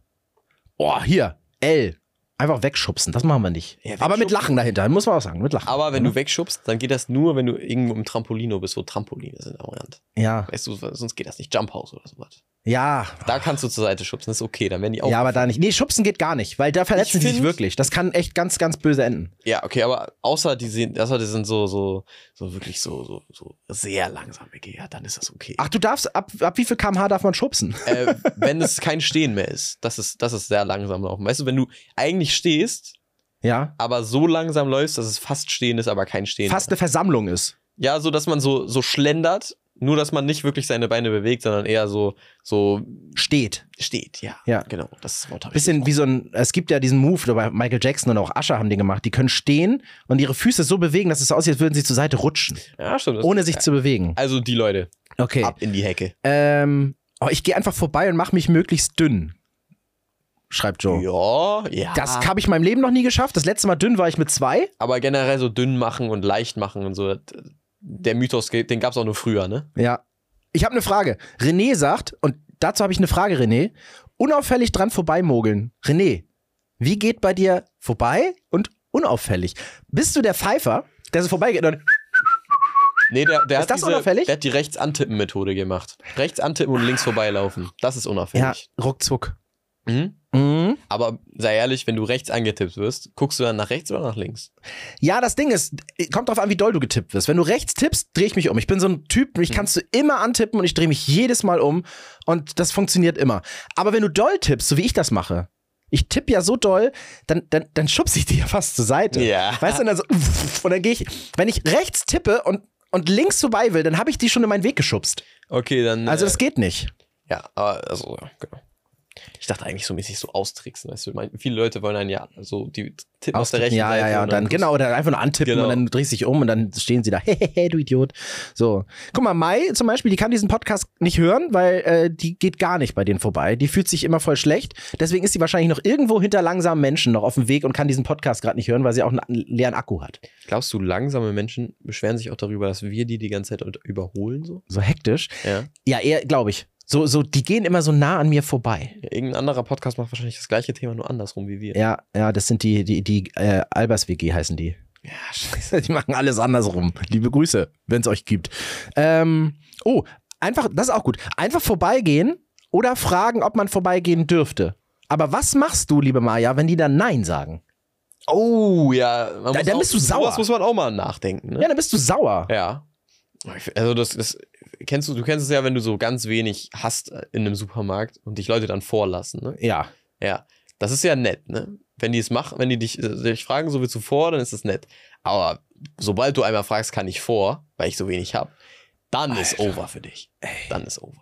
S1: Oh, hier, L. Einfach wegschubsen, das machen wir nicht.
S2: Ja,
S1: Aber mit
S2: wegschubsen.
S1: Lachen dahinter, muss man auch sagen, mit Lachen.
S2: Aber wenn du wegschubst, dann geht das nur, wenn du irgendwo im Trampolino bist, wo Trampoline sind am Rand.
S1: ja,
S2: Weißt du, sonst geht das nicht. Jump House oder sowas.
S1: ja.
S2: Da kannst du zur Seite schubsen, das ist okay. Dann werden die auch.
S1: Ja, aber da nicht. Nee, schubsen geht gar nicht, weil da verletzen
S2: Oh. Ich
S1: die sich
S2: find-
S1: wirklich. Das kann echt ganz, ganz böse enden.
S2: Ja, okay, aber außer die sind, außer die sind so, so, so wirklich so, so, so sehr langsam ja, dann ist das okay.
S1: Ach, du darfst, ab, ab wie viel kmh darf man schubsen?
S2: Äh, wenn es kein Stehen mehr ist, das ist, das ist sehr langsam laufen. Weißt du, wenn du eigentlich stehst,
S1: Ja.
S2: aber so langsam läufst, dass es fast Stehen ist, aber kein Stehen.
S1: Fast eine Versammlung ist.
S2: Ja, so dass man so, so schlendert, nur dass man nicht wirklich seine Beine bewegt, sondern eher so, so
S1: Steht.
S2: steht, ja.
S1: Ja.
S2: Genau, das Wort habe ich.
S1: Bisschen wie so ein, es gibt ja diesen Move, oder bei Michael Jackson und auch Ascher haben den gemacht. Die können stehen und ihre Füße so bewegen, dass es aussieht, als würden sie zur Seite rutschen,
S2: Ja, stimmt. das-
S1: ohne sich zu bewegen.
S2: Also die Leute,
S1: Okay.
S2: ab in die Hecke.
S1: Ähm, oh, ich gehe einfach vorbei und mache mich möglichst dünn. Schreibt Joe.
S2: Ja, ja.
S1: Das habe ich meinem Leben noch nie geschafft. Das letzte Mal dünn war ich mit zwei.
S2: Aber generell so dünn machen und leicht machen und so. das- Der Mythos, den gab es auch nur früher, ne?
S1: Ja. Ich habe eine Frage. René sagt, und dazu habe ich eine Frage, René. Unauffällig dran vorbeimogeln. René, wie geht bei dir vorbei und unauffällig? Bist du der Pfeifer, der so vorbeigeht? Und
S2: Nee, der, der
S1: Ist
S2: hat
S1: das
S2: diese,
S1: unauffällig?
S2: Der hat die Rechts-Antippen-Methode gemacht. Rechts antippen und links vorbeilaufen. Das ist
S1: ja,
S2: unauffällig.
S1: ruckzuck.
S2: Mhm.
S1: Mhm.
S2: Aber sei ehrlich, wenn du rechts angetippt wirst, guckst du dann nach rechts oder nach links?
S1: Ja, das Ding ist, kommt drauf an, wie doll du getippt wirst. Wenn du rechts tippst, drehe ich mich um. Ich bin so ein Typ, mich kannst du immer antippen und ich drehe mich jedes Mal um und das funktioniert immer. Aber wenn du doll tippst, so wie ich das mache, ich tippe ja so doll, dann, dann, dann schubse ich dich ja fast zur Seite.
S2: Ja.
S1: Weißt du, und dann so, und dann gehe ich, wenn ich rechts tippe und, und links vorbei will, dann habe ich die schon in meinen Weg geschubst.
S2: Okay, dann.
S1: Also
S2: äh,
S1: das geht nicht.
S2: Ja, aber also, ja, genau. Ich dachte eigentlich so mäßig so austricksen, weißt du? Ich meine, viele Leute wollen einen ja so die tippen aus der rechten
S1: ja,
S2: Seite.
S1: ja, ja,
S2: und
S1: und dann, genau, dann einfach nur antippen
S2: Genau.
S1: und dann drehst du dich um und dann stehen sie da, hehehe, du Idiot. So. Guck mal, Mai zum Beispiel, die kann diesen Podcast nicht hören, weil äh, die geht gar nicht bei denen vorbei. Die fühlt sich immer voll schlecht. Deswegen ist sie wahrscheinlich noch irgendwo hinter langsamen Menschen noch auf dem Weg und kann diesen Podcast gerade nicht hören, weil sie auch einen leeren Akku hat.
S2: Glaubst du, langsame Menschen beschweren sich auch darüber, dass wir die die ganze Zeit halt überholen? So?
S1: So hektisch.
S2: Ja.
S1: Ja, eher, glaube ich. So, so, die gehen immer so nah an mir vorbei.
S2: Ja, Irgendein anderer Podcast macht wahrscheinlich das gleiche Thema, nur andersrum wie wir.
S1: Ja, ja, das sind die, die, die äh, Albers WG heißen die.
S2: Ja, scheiße.
S1: Die machen alles andersrum. Liebe Grüße, wenn es euch gibt. Ähm, oh, einfach, das ist auch gut. Einfach vorbeigehen oder fragen, ob man vorbeigehen dürfte. Aber was machst du, liebe Maja, wenn die dann Nein sagen?
S2: Oh, ja. man
S1: Da-
S2: muss
S1: dann
S2: auch-
S1: bist du
S2: sowas
S1: sauer.
S2: muss man auch mal nachdenken, ne?
S1: Ja, dann bist du sauer.
S2: Ja. Also das, das kennst du, du kennst es ja, wenn du so ganz wenig hast äh, in einem Supermarkt und dich Leute dann vorlassen, ne?
S1: Ja.
S2: Ja. Das ist ja nett, ne? Wenn die es machen, wenn die dich, äh, dich fragen, so willst du vor, dann ist das nett. Aber sobald du einmal fragst, kann ich vor, weil ich so wenig habe, dann ist over für dich. Dann ist over.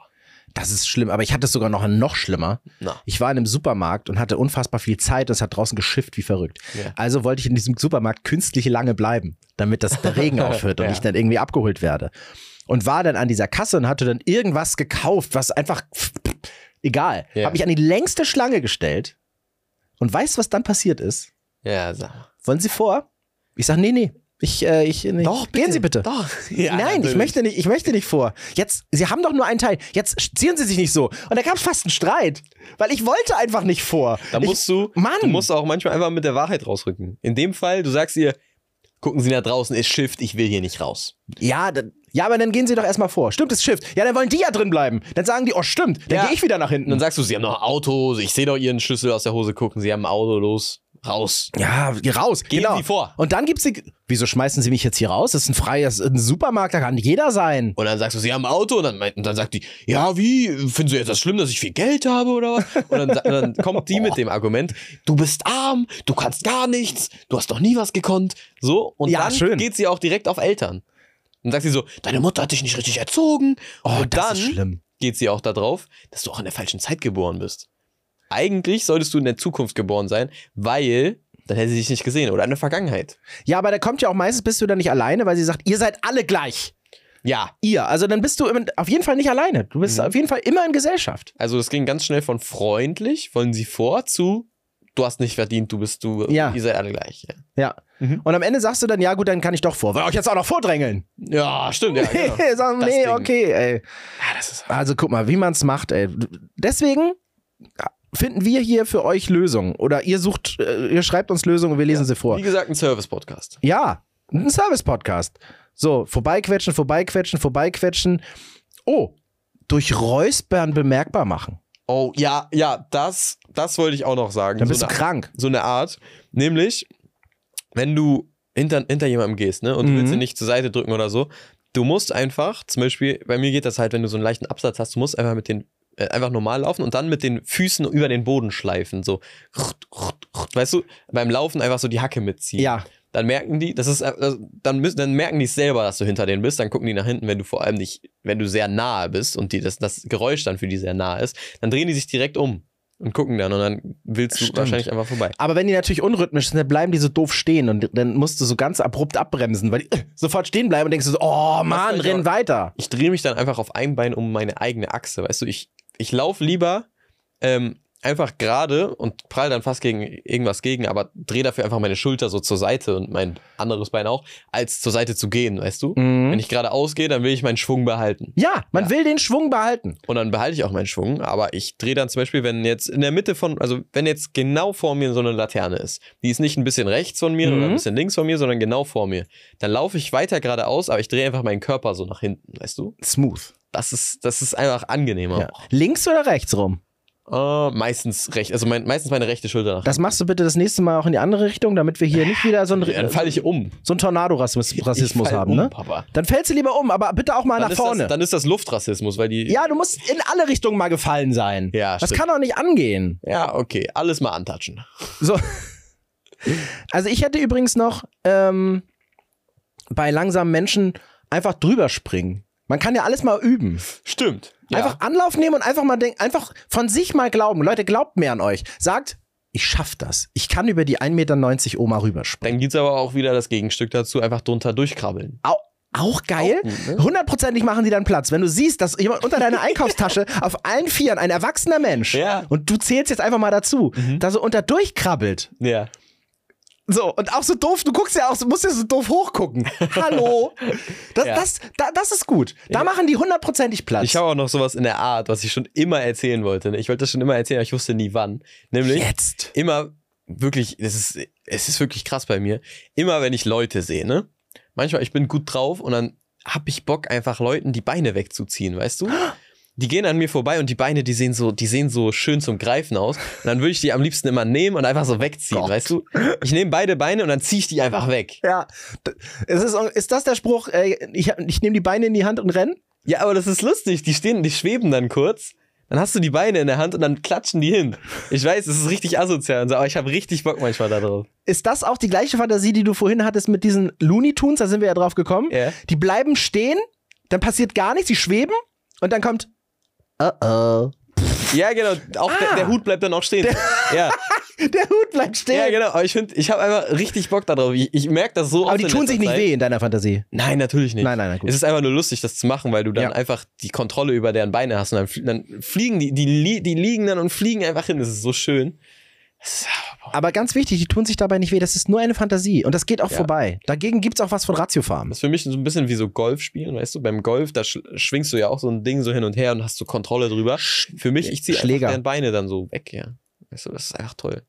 S1: Das ist schlimm, aber ich hatte es sogar noch, noch schlimmer.
S2: Na.
S1: Ich war in einem Supermarkt und hatte unfassbar viel Zeit und es hat draußen geschifft wie verrückt.
S2: Ja.
S1: Also wollte ich in diesem Supermarkt künstlich lange bleiben, damit das der Regen aufhört und
S2: Ja.
S1: ich dann irgendwie abgeholt werde. Und war dann an dieser Kasse und hatte dann irgendwas gekauft, was einfach pff, pff, egal.
S2: Ja.
S1: Hab mich an die längste Schlange gestellt und weißt, was dann passiert ist?
S2: Ja, sag mal.
S1: Wollen Sie vor? Ich sag, nee, nee. Ich, äh, ich, nee. Gehen Sie bitte.
S2: Doch.
S1: Nein, ich
S2: natürlich.
S1: möchte nicht, ich möchte nicht vor. Jetzt, Sie haben doch nur einen Teil. Jetzt ziehen Sie sich nicht so. Und da gab es fast einen Streit, weil ich wollte einfach nicht vor.
S2: Da
S1: ich,
S2: musst du,
S1: Mann.
S2: du musst auch manchmal einfach mit der Wahrheit rausrücken. In dem Fall, du sagst ihr, gucken Sie nach draußen, es schifft, ich will hier nicht raus.
S1: ja, dann, ja, aber dann gehen Sie doch erstmal vor. Stimmt, es Shift. Ja, dann wollen die ja drin bleiben. Dann sagen die, oh stimmt, dann
S2: Ja.
S1: gehe ich wieder nach
S2: Und dann
S1: hinten.
S2: sagst du, Sie haben noch ein Auto, ich sehe doch Ihren Schlüssel aus der Hose, gucken Sie haben ein Auto, los, raus.
S1: Ja, geh raus.
S2: Gehen
S1: genau.
S2: Sie vor.
S1: Und dann gibt's die. Wieso schmeißen Sie mich jetzt hier raus? Das ist ein freies ein Supermarkt, da kann jeder sein.
S2: Und dann sagst du, Sie haben ein Auto und dann, meint- und dann sagt die, ja, wie, finden Sie jetzt das schlimm, dass ich viel Geld habe oder was? Und dann, sa- und dann kommt die mit dem Argument, du bist arm, du kannst gar nichts, du hast noch nie was gekonnt. So, und
S1: Ja,
S2: dann
S1: schön.
S2: geht sie auch direkt auf Eltern. Und sagt sie so, deine Mutter hat dich nicht richtig erzogen. und dann
S1: Oh, schlimm.
S2: geht sie auch darauf, dass du auch in der falschen Zeit geboren bist. Eigentlich solltest du in der Zukunft geboren sein, weil dann hätte sie dich nicht gesehen oder in der Vergangenheit.
S1: Ja, aber da kommt ja auch meistens bist du dann nicht alleine, weil sie sagt, ihr seid alle gleich.
S2: Ja,
S1: Ihr. Also dann bist du im, auf jeden Fall nicht alleine. Du bist
S2: Mhm.
S1: auf jeden Fall immer in Gesellschaft.
S2: also das ging ganz schnell von freundlich, wollen sie vor, zu du hast nicht verdient, du bist du,
S1: Ja.
S2: ihr seid alle gleich. Ja,
S1: Ja.
S2: Mhm.
S1: Und am Ende sagst du dann, ja gut, dann kann ich doch vor. Weil euch jetzt auch noch vordrängeln.
S2: ja stimmt, ja. Genau.
S1: Nee, sagen,
S2: Das
S1: nee
S2: Ding.
S1: okay, ey.
S2: ja das ist,
S1: Also guck mal, wie man es macht, ey. Deswegen finden wir hier für euch Lösungen. Oder ihr sucht, äh, ihr schreibt uns Lösungen und wir lesen sie vor.
S2: wie gesagt, ein Service-Podcast.
S1: Ja, ein Service-Podcast. So, vorbeiquetschen, vorbeiquetschen, vorbeiquetschen. Oh, durch Räuspern bemerkbar machen.
S2: Oh, ja, ja, das, das wollte ich auch noch sagen.
S1: Dann bist
S2: so
S1: du
S2: eine
S1: krank.
S2: so eine Art. Nämlich, wenn du hinter, hinter jemandem gehst, ne, und du
S1: Mhm.
S2: willst ihn nicht zur Seite drücken oder so, du musst einfach, zum Beispiel, bei mir geht das halt, wenn du so einen leichten Absatz hast, du musst einfach mit den, äh, einfach normal laufen und dann mit den Füßen über den Boden schleifen, so. Weißt du, beim Laufen einfach so die Hacke mitziehen.
S1: Ja,
S2: Dann merken die, das ist, äh, das- dann müssen, dann merken die es selber, dass du hinter denen bist, dann gucken die nach hinten, wenn du vor allem nicht, wenn du sehr nahe bist und die, das, das Geräusch dann für die sehr nah ist, dann drehen die sich direkt um und gucken dann und dann willst du
S1: Stimmt.
S2: wahrscheinlich einfach vorbei.
S1: aber wenn die natürlich unrhythmisch sind, dann bleiben die so doof stehen und dann musst du so ganz abrupt abbremsen, weil die äh, sofort stehen bleiben und denkst du so, oh Mann,
S2: euch
S1: renn
S2: auch-
S1: weiter.
S2: ich drehe mich dann einfach auf ein Bein um meine eigene Achse. Weißt du, ich, ich laufe lieber ähm, einfach gerade und prall dann fast gegen irgendwas gegen, aber drehe dafür einfach meine Schulter so zur Seite und mein anderes Bein auch, als zur Seite zu gehen, weißt
S1: Mhm.
S2: du? Wenn ich gerade ausgehe, dann will ich meinen Schwung behalten.
S1: Ja, man
S2: Ja.
S1: will den Schwung behalten.
S2: Und dann behalte ich auch meinen Schwung, aber ich drehe dann zum Beispiel, wenn jetzt in der Mitte von, also wenn jetzt genau vor mir so eine Laterne ist, die ist nicht ein bisschen rechts von mir
S1: Mhm.
S2: oder ein bisschen links von mir, sondern genau vor mir, dann laufe ich weiter geradeaus, aber ich drehe einfach meinen Körper so nach hinten, weißt du?
S1: Smooth.
S2: Das ist, das ist einfach
S1: Ja.
S2: angenehmer.
S1: Links oder rechts rum?
S2: Äh, meistens recht, also mein, meistens meine rechte Schulter nach.
S1: Das machst du bitte das nächste Mal auch in die andere Richtung, damit wir hier nicht wieder so einen, äh,
S2: Ja, dann falle ich um.
S1: so einen
S2: Ich
S1: Tornado-Rassismus
S2: fall
S1: haben,
S2: um,
S1: ne?
S2: Papa.
S1: Dann fällst du lieber um, aber bitte auch mal
S2: Dann
S1: nach
S2: ist
S1: vorne.
S2: Das, dann ist das Luftrassismus, weil die.
S1: Ja, du musst in alle Richtungen mal gefallen sein.
S2: Ja,
S1: das
S2: stimmt.
S1: kann doch nicht angehen.
S2: Ja, okay. Alles mal antatschen.
S1: So. Also ich hätte übrigens noch ähm, bei langsamen Menschen einfach drüber springen. Man kann ja alles mal üben.
S2: Stimmt. Ja.
S1: Einfach Anlauf nehmen und einfach mal denken, einfach von sich mal glauben. Leute, glaubt mehr an euch. Sagt, ich schaff das. Ich kann über die 1,90 Meter Oma rüberspringen.
S2: Dann gibt's aber auch wieder das Gegenstück dazu, einfach drunter durchkrabbeln.
S1: Au auch geil.
S2: Auch gut, ne?
S1: Hundertprozentig machen die dann Platz. Wenn du siehst, dass jemand unter deiner Einkaufstasche auf allen Vieren ein erwachsener Mensch
S2: Ja. Mhm.
S1: und du zählst jetzt einfach mal dazu, da so unter durchkrabbelt.
S2: Ja.
S1: So, und auch so doof, du guckst ja auch, so- musst ja so doof hochgucken. Hallo. Das,
S2: Ja.
S1: das, da, das ist gut. Da machen die hundertprozentig Platz.
S2: Ich habe auch noch sowas in der Art, was ich schon immer erzählen wollte. ne? Ich wollte das schon immer erzählen, aber ich wusste nie wann. Nämlich,
S1: jetzt.
S2: immer wirklich, das ist, es ist wirklich krass bei mir. Immer wenn ich Leute sehe, ne? Manchmal, ich bin gut drauf und dann hab ich Bock, einfach Leuten die Beine wegzuziehen, weißt du? Die gehen an mir vorbei und die Beine, die sehen so, die sehen so schön zum Greifen aus. Und dann würde ich die am liebsten immer nehmen und einfach so wegziehen,
S1: Gott.
S2: weißt du? Ich nehme beide Beine und dann ziehe ich die einfach weg.
S1: Ja. D- Es ist, ist das der Spruch, äh, ich, ich nehme die Beine in die Hand und renne?
S2: Ja, aber das ist lustig. Die stehen, die schweben dann kurz. Dann hast du die Beine in der Hand und dann klatschen die hin. Ich weiß, es ist richtig asozial und so, aber ich habe richtig Bock manchmal darauf.
S1: Ist das auch die gleiche Fantasie, die du vorhin hattest mit diesen Looney Tunes? Da sind wir ja drauf gekommen.
S2: Ja.
S1: Die bleiben stehen, dann passiert gar nichts, die schweben und dann kommt. Uh-oh.
S2: Ja, genau. Auch
S1: Ah.
S2: der, der Hut bleibt dann auch stehen. ja.
S1: Der Hut bleibt stehen.
S2: ja, genau. Aber ich finde, ich habe einfach richtig Bock darauf. Ich, ich merke das so
S1: Aber
S2: oft
S1: die
S2: in
S1: tun
S2: letzter
S1: sich nicht
S2: Zeit.
S1: weh in deiner Fantasie.
S2: Nein, natürlich nicht.
S1: Nein, nein, nein, gut.
S2: Es ist einfach nur lustig, das zu machen, weil du dann
S1: Ja.
S2: einfach die Kontrolle über deren Beine hast und dann, flie- dann fliegen die, die, li- die liegen dann und fliegen einfach hin. Das ist so schön.
S1: Aber ganz wichtig, die tun sich dabei nicht weh. Das ist nur eine Fantasie. Und das geht auch
S2: Ja.
S1: vorbei. Dagegen gibt es auch was von Ratiofarm.
S2: Das ist für mich so ein bisschen wie so Golf spielen, weißt du? Beim Golf, da sch schwingst du ja auch so ein Ding so hin und her und hast so Kontrolle drüber. Für mich, ich ziehe
S1: Schläger.
S2: einfach deren Beine dann so weg, ja. Weißt du, das ist einfach toll.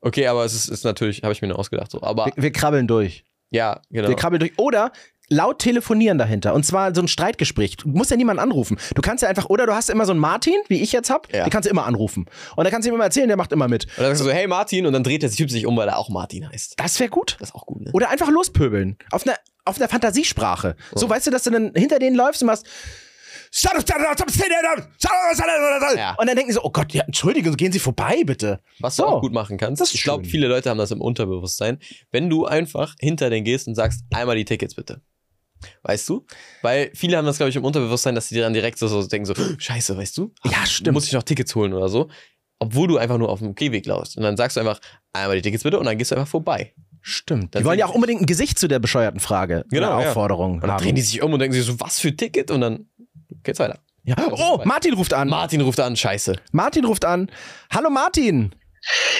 S2: Okay, aber es ist, ist natürlich, habe ich mir nur ausgedacht so. Aber
S1: Wir, wir krabbeln durch.
S2: ja, genau.
S1: Wir krabbeln durch. Oder laut telefonieren dahinter. Und zwar so ein Streitgespräch. Du musst ja niemanden anrufen. Du kannst ja einfach, oder du hast immer so einen Martin, wie ich jetzt hab,
S2: Ja.
S1: den kannst du immer anrufen. Und da kannst du ihm immer erzählen, der macht immer mit.
S2: Und dann sagst du so, hey Martin, und dann dreht der Typ sich um, weil er auch Martin heißt.
S1: Das wäre gut.
S2: Das ist auch gut, ne?
S1: Oder einfach lospöbeln. Auf einer auf einer Fantasiesprache. So weißt du, dass du dann hinter denen läufst und machst.
S2: Ja.
S1: Und dann denken die so, oh Gott, ja, entschuldigen, gehen Sie vorbei, bitte.
S2: Was du
S1: So.
S2: auch gut machen kannst.
S1: Das ist
S2: ich glaube,
S1: schön.
S2: viele Leute haben das im Unterbewusstsein. Wenn du einfach hinter den gehst und sagst, einmal die Tickets bitte. Weißt du? Weil viele haben das, glaube ich, im Unterbewusstsein, dass sie dir dann direkt so, so denken, so, scheiße, weißt du?
S1: Ja, stimmt.
S2: Muss ich noch Tickets holen oder so. Obwohl du einfach nur auf dem Gehweg laufst. Und dann sagst du einfach, einmal die Tickets bitte und dann gehst du einfach vorbei.
S1: Stimmt.
S2: Dann
S1: Die wollen ja
S2: sehen
S1: auch unbedingt ein Gesicht zu der bescheuerten Frage.
S2: Genau,
S1: Oder
S2: ja.
S1: Aufforderung.
S2: Und dann drehen die sich um und denken sich so, was für Ticket? Und dann geht's weiter.
S1: ja. Oh, Martin ruft an.
S2: Martin ruft an, scheiße.
S1: Martin ruft an. Hallo Martin.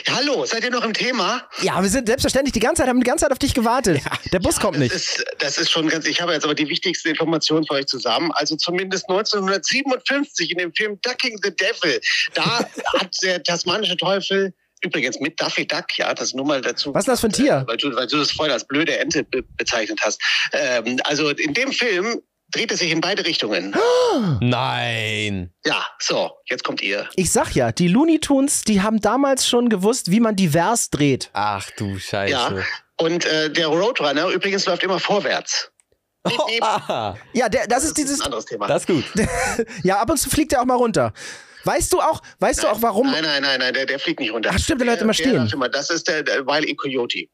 S3: Ja, hallo, seid ihr noch im Thema?
S1: Ja, wir sind selbstverständlich die ganze Zeit, haben die ganze Zeit auf dich gewartet. Der Bus kommt
S3: Das
S1: nicht.
S3: ist, das ist schon ganz, ich habe jetzt aber die wichtigsten Informationen für euch zusammen. Also zumindest 1957 in dem Film Ducking the Devil, da hat der tasmanische Teufel, übrigens mit Daffy Duck, ja, das nur mal dazu.
S1: Was ist das für ein Tier?
S3: Weil du, weil du das vorher als blöde Ente be bezeichnet hast. Ähm, also in dem Film dreht es sich in beide Richtungen.
S1: Ah.
S2: Nein.
S3: Ja, so, jetzt kommt ihr.
S1: Ich sag ja, die Looney Tunes, die haben damals schon gewusst, wie man divers dreht.
S2: Ach du Scheiße.
S3: Ja. Und äh, der Roadrunner übrigens läuft immer vorwärts.
S2: Oh, ah,
S1: Ja, der, das ist
S3: Das ist
S1: dieses.
S3: ein anderes Thema.
S2: das ist gut.
S1: Ja, ab und zu fliegt er auch mal runter. Weißt du auch, weißt du auch warum?
S3: Nein, nein, nein, nein, der, der fliegt nicht runter.
S1: Ach, stimmt, der bleibt immer stehen.
S3: läuft immer. Das ist der, der Wild E. Coyote.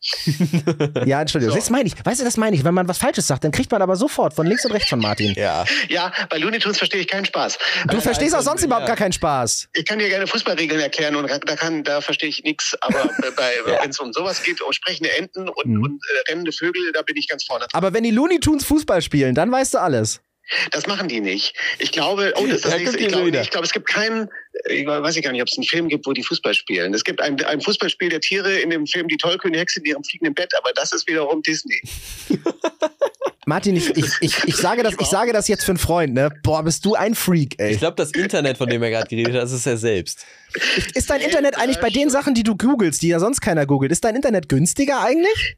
S1: Ja, Entschuldigung.
S3: So.
S1: Das meine ich. Weißt du, das meine ich. Wenn man was Falsches sagt, dann kriegt man aber sofort von links und rechts von Martin.
S2: Ja.
S3: Ja, bei Looney Tunes verstehe ich keinen Spaß.
S1: Du verstehst auch sonst
S2: ja.
S1: überhaupt gar keinen Spaß.
S3: Ich kann dir gerne Fußballregeln erklären und da kann, da verstehe ich nichts. Aber bei- bei,
S2: Ja.
S3: wenn es um sowas geht, um sprechende Enten und,
S1: Mhm.
S3: und äh, rennende Vögel, da bin ich ganz vorne.
S2: Ah.
S1: Aber wenn die Looney Tunes Fußball spielen, dann weißt du alles.
S3: Das machen die nicht. Ich glaube, oh, das ist das
S2: Da
S3: nächste.
S2: guckt ihr
S3: Ich
S2: so
S3: glaube,
S2: wieder.
S3: ich glaube, es gibt keinen, äh, ich weiß ich gar nicht, ob es einen Film gibt, wo die Fußball spielen. Es gibt ein, ein Fußballspiel der Tiere in dem Film Die tollkühne Hexe in ihrem fliegenden Bett, aber das ist wiederum Disney.
S1: Martin, ich, ich, ich, ich, sage, das, ich sage das jetzt für einen Freund, ne? Boah, bist du ein Freak,
S2: Ich
S1: ey.
S2: glaube, das Internet, von dem er gerade geredet hat, das ist er selbst.
S1: Ist dein Internet eigentlich bei den Sachen, die du googelst, die ja sonst keiner googelt, ist dein Internet günstiger eigentlich?